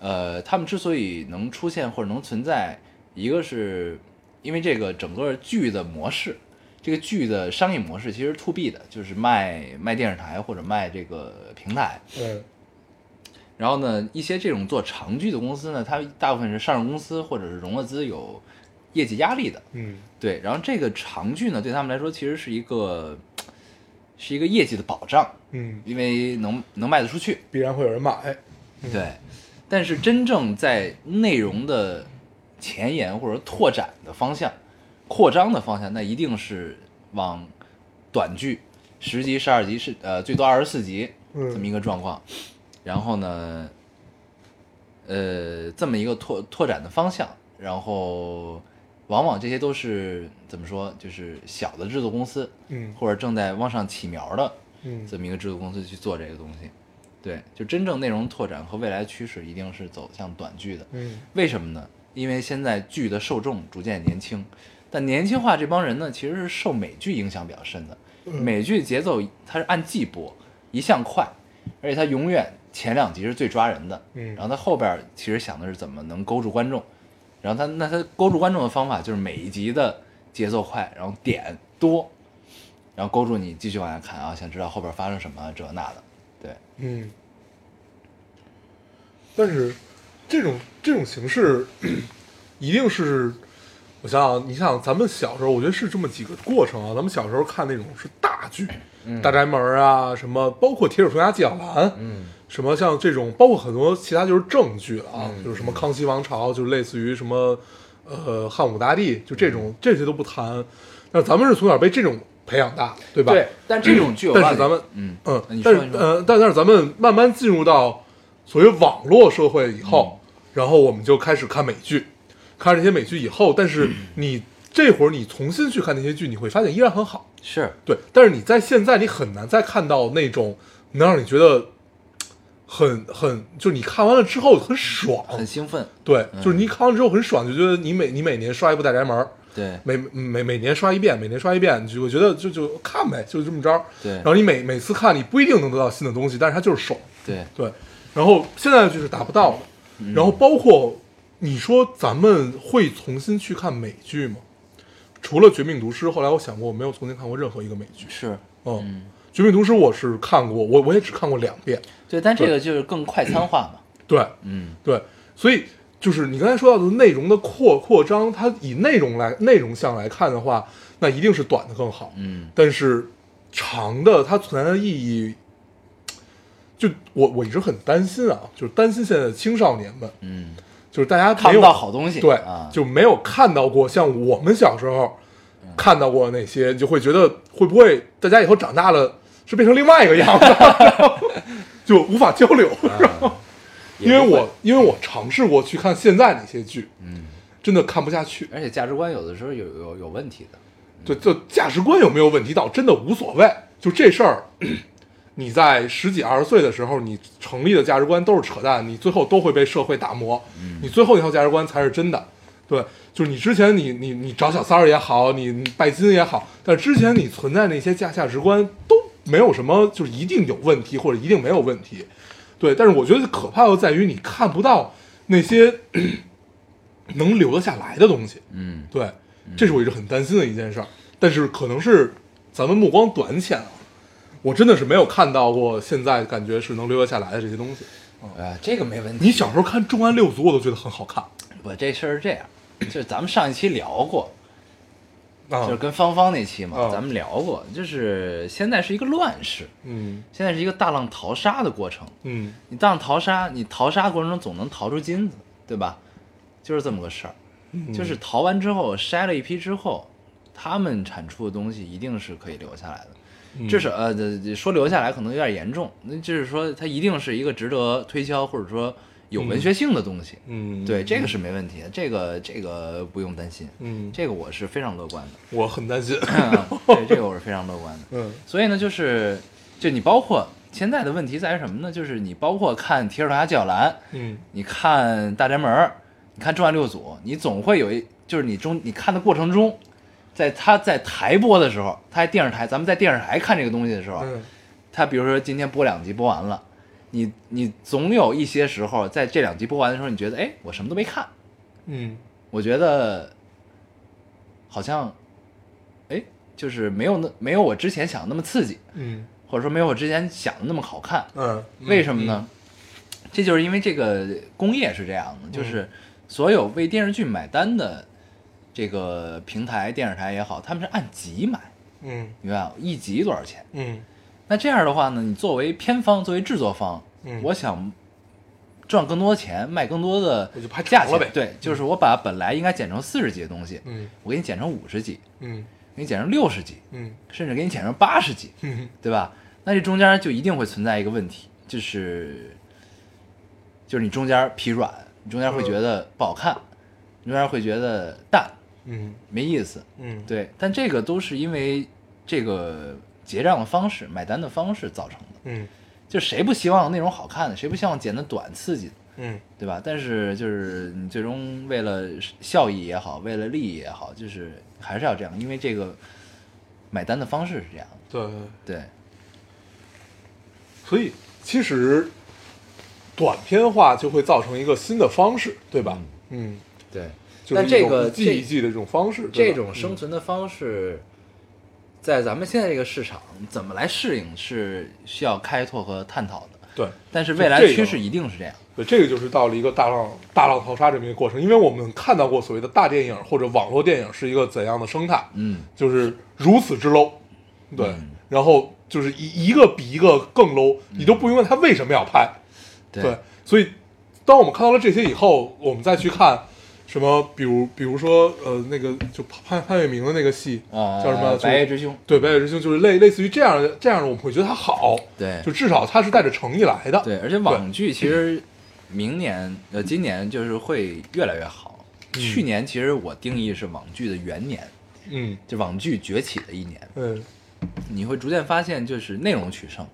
呃，他们之所以能出现或者能存在，一个是因为这个整个剧的模式，这个剧的商业模式其实 to B 的，就是卖卖电视台或者卖这个平台。
嗯
然后呢，一些这种做长剧的公司呢，它大部分是上市公司或者是融了资有业绩压力的，
嗯
对。然后这个长剧呢，对他们来说其实是一个是一个业绩的保障，
嗯，
因为能能卖得出去。
必然会有人买，
对，但是真正在内容的前沿或者拓展的方向、扩张的方向，那一定是往短剧，十集、十二集是呃最多二十四集
嗯
这么一个状况。然后呢，呃，这么一个拓拓展的方向，然后往往这些都是怎么说，就是小的制作公司
嗯
或者正在往上起苗的
嗯
这么一个制作公司去做这个东西。对，就真正内容拓展和未来趋势一定是走向短剧的。
嗯
为什么呢？因为现在剧的受众逐渐年轻，但年轻化这帮人呢，其实是受美剧影响比较深的。美剧节奏它是按季播，一向快，而且它永远前两集是最抓人的，
嗯
然后它后边儿其实想的是怎么能勾住观众，然后它那它勾住观众的方法就是每一集的节奏快，然后点多，然后勾住你继续往下看啊，想知道后边儿发生什么啊这那的，对，
嗯，但是这种这种形式一定是，我想想，你想咱们小时候，我觉得是这么几个过程啊。咱们小时候看那种是大剧，大宅门》啊，什么包括《铁齿铜牙纪晓岚》，嗯，什么像这种，包括很多其他就是正剧了啊，就是什么《康熙王朝》，就类似于什么呃汉武大帝，就这种、这些都不谈。那咱们是从小被这种培养大，对吧？
对，但这种剧我
但是
告诉你
咱们
嗯
嗯
那你，说
但是
你说
呃，但但是咱们慢慢进入到所谓网络社会以后，
嗯
然后我们就开始看美剧，看这些美剧以后，但
嗯
是你这会儿你重新去看那些剧，你会发现依然很好，
是
对。但是你在现在你很难再看到那种能让你觉得很很，就是你看完了之后很爽，
很嗯兴奋，
对，就是你看完之后很爽，就觉得你每你每年刷一部《大宅门》，
对
每每每年刷一遍，每年刷一遍，就我觉得就就看呗，就这么着。
对
然后你每每次看，你不一定能得到新的东西，但是它就是爽。
对，
对，然后现在就是达不到了。然后包括你说咱们会重新去看美剧吗？除了《绝命毒师》，后来我想过，我没有重新看过任何一个美剧。
是
嗯，绝命毒师》我是看过，我我也只看过两遍。
[laughs] 对，但这个就是更快餐化嘛，
对，
[clears throat] 嗯，
对，所以就是你刚才说到的内容的扩扩张，它以内容来内容项来看的话，那一定是短的更好。
嗯，
但是长的它存在的意义，就我我一直很担心啊，就是担心现在的青少年们，
嗯，
就是大家
看不
没有
到好东西，
对
啊，，
就没有看到过像我们小时候看到过那些，你就会觉得会不会大家以后长大了是变成另外一个样子， [laughs] 然后就无法交流，是吧？
啊也
因为
不会
我因为我尝试过去看现在那些剧，
嗯，
真的看不下去。
而且价值观有的时候有有有问题的，
对，就价值观有没有问题倒真的无所谓，就这事儿。你在十几二十岁的时候，你成立的价值观都是扯淡，你最后都会被社会打磨，你最后一套价值观才是真的。对，就是你之前你你你找小三儿也好，你你拜金也好，但之前你存在那些价价值观都没有什么，就是一定有问题或者一定没有问题。对，但是我觉得可怕的在于你看不到那些 [coughs] 能留得下来的东西。
嗯，
对，这是我一直很担心的一件事儿。但是可能是咱们目光短浅啊，我真的是没有看到过现在感觉是能留得下来的这些东西。
呃，这个没问题。
你小时候看《重案六族》，我都觉得很好看
我这事儿是这样，就是咱们上一期聊过，
啊
就是跟芳芳那期嘛，
啊
咱们聊过，就是现在是一个乱世，
嗯
现在是一个大浪淘沙的过程。
嗯
你大浪淘沙，你淘沙过程中总能淘出金子，对吧？就是这么个事儿。
嗯
就是逃完之后筛了一批之后，他们产出的东西一定是可以留下来的。
嗯
至少呃，这这说留下来可能有点严重，那就是说它一定是一个值得推销或者说有文学性的东西。
嗯，
对，这个是没问题的，这个这个不用担心，
嗯，
这个我是非常乐观的，嗯
我很担心。
对，这个我是非常乐观的。
嗯
所以呢，就是就你包括现在的问题在于什么呢？就是你包括看《铁尔达纪晓岚》，
嗯
你看《大宅门》，你看《重案六组》，你总会有一就是你中你看的过程中，在他在台播的时候，他在电视台，咱们在电视台看这个东西的时候，
嗯
他比如说今天播两集播完了，你你总有一些时候在这两集播完的时候，你觉得哎，我什么都没看，
嗯
我觉得好像哎，就是没有那没有我之前想的那么刺激。
嗯
或者说没有我之前想的那么好看。
嗯，
为什么呢？这就是因为这个工业是这样的，就是所有为电视剧买单的这个平台、电视台也好，他们是按集买，
嗯
明白吗？一集多少钱？
嗯
那这样的话呢，你作为片方、作为制作方，
嗯
我想赚更多钱，卖更多的
我就拍
价
长
钱
了呗
对，就是我把本来应该剪成四十集的东西，
嗯
我给你剪成五十集，
嗯
给你剪成六十集，
嗯
甚至给你剪成八十集。
嗯
对吧？那这中间就一定会存在一个问题，就是就是你中间疲软，你中间会觉得不好看，你中间会觉得淡，
嗯
没意思。
嗯，
对，但这个都是因为这个结账的方式、买单的方式造成的。
嗯
就谁不希望内容好看的，谁不希望剪的短刺激的，
嗯
对吧？但是就是你最终为了效益也好，为了利益也好，就是还是要这样，因为这个买单的方式是这样的。
对，
对，
所以其实短片化就会造成一个新的方式，对吧？嗯，
对。
就是
但这
一种
个
一季
这
一季的这种方式，对
这
吧嗯
种生存的方式，在咱们现在这个市场怎么来适应是需要开拓和探讨的。
对
但是未来
就这个
趋势一定是这样。
对，这个就是到了一个大浪大浪淘沙这么一个过程，因为我们看到过所谓的大电影或者网络电影是一个怎样的生态，
嗯，
就是如此之 low，对，
嗯
然后就是一一个比一个更 low，你都不明白他为什么要拍，
对
对，所以当我们看到了这些以后，我们再去看什么，比如比如说呃那个就潘潘粤明的那个戏，
呃，
叫什么？
白夜
就是
之兄。
对，白夜之星就是类类似于这样的这样的，我们会觉得它好，
对
就至少它是带着诚意来的，
对，而且网剧其实明年呃今年就是会越来越好。去年其实我定义是网剧的元年，
嗯
就网剧崛起的一年。
嗯
你会逐渐发现，就是内容取胜，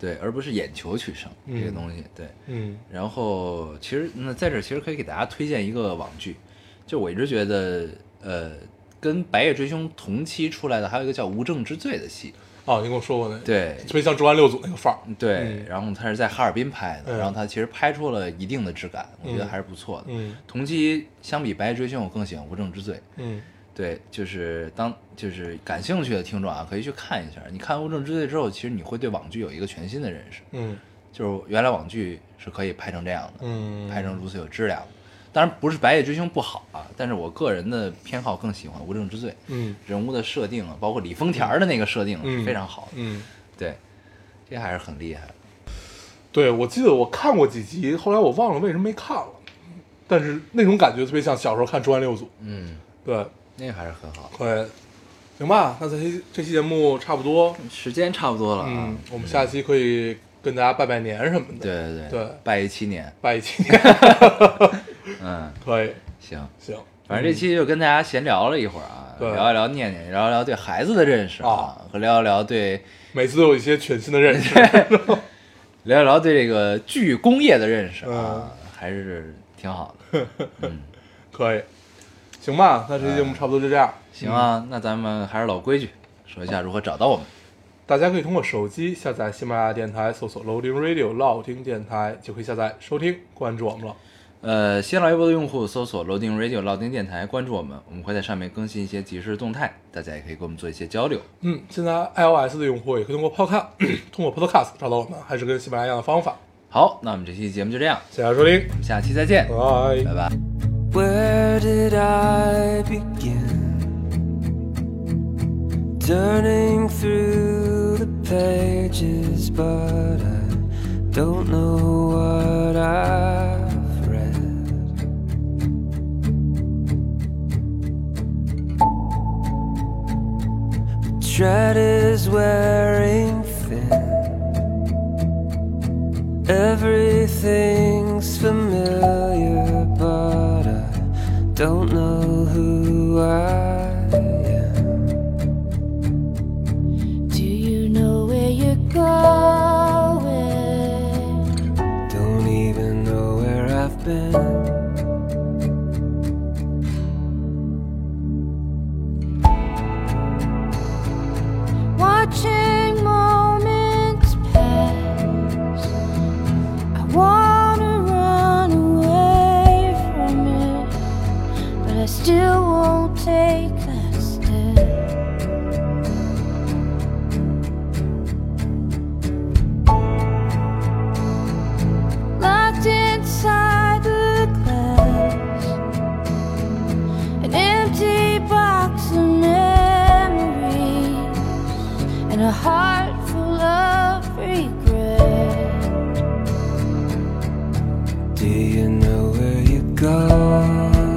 对，而不是眼球取胜这个
嗯
东西。对，
嗯
然后其实那在这儿其实可以给大家推荐一个网剧，就我一直觉得呃跟《白夜追凶》同期出来的还有一个叫《无证之罪》的戏，
啊，你跟我说过那个，
对
特别像《重案六组》那个范儿，
对，
嗯
然后它是在哈尔滨拍的，
嗯
然后它其实拍出了一定的质感，我觉得
嗯
还是不错的。
嗯
同期相比《白夜追凶》，我更喜欢《无证之罪》。
嗯
对，就是当就是感兴趣的听众啊，可以去看一下。你看《无证之罪》之后，其实你会对网剧有一个全新的认识，
嗯
就是原来网剧是可以拍成这样的。
嗯，
拍成如此有质量的。当然不是《白夜追凶》不好啊，但是我个人的偏好更喜欢《无证之罪》，
嗯
人物的设定啊，包括李丰田儿的那个设定、
嗯
是非常好的，
嗯。
对，这还是很厉害的。
对，我记得我看过几集，后来我忘了为什么没看了，但是那种感觉特别像小时候看《重案六组》。
嗯，
对，
那个还是很好的。
对，行吧，那这期这期节目差不多，
时间差不多了啊
嗯，，我们下期可以跟大家拜拜年什么的，，
对对对
对
拜一七年，
拜一期年，
嗯，
可以，
行。
行，
反正这期就跟大家闲聊了一会儿啊，
嗯对
聊一聊念念，聊一聊对孩子的认识啊，和聊一聊对
每次都有一些全新的认识，
聊一聊对这个剧工业的认识
嗯
啊，还是挺好的。嗯，
可以，行吧，那这期节目差不多就这样，
行
嗯
啊，那咱们还是老规矩，说一下如何找到我们。
大家可以通过手机下载喜马拉雅电台，搜索 Loading Radio 老听电台就可以下载收听，关注我们了。
呃，新浪微博的用户搜索 Loading Radio 老丁电台，关注我们，我们会在上面更新一些即时动态，大家也可以跟我们做一些交流。
嗯，现在 iOS 的用户也可以通过 Podcast [clears throat] 通过 Podcast 找到我们，还是跟喜马拉雅一样的方法。
好，那我们这期节目就这样，
谢谢大家收听，
我们下期再见，
拜
拜拜。
Where did I begin? Turning through the pages, but I don't know what I've read. thread is wearing thin. Everything's familiar, but I don't know who I am.
Do you know where you're going?
Don't even know where I've been.
Watching moments pass. I wanna run away from it, but I still won't take that step. Locked inside the glass, an empty box of memories and a heart full of regret.
Do you know where you're going? Oh,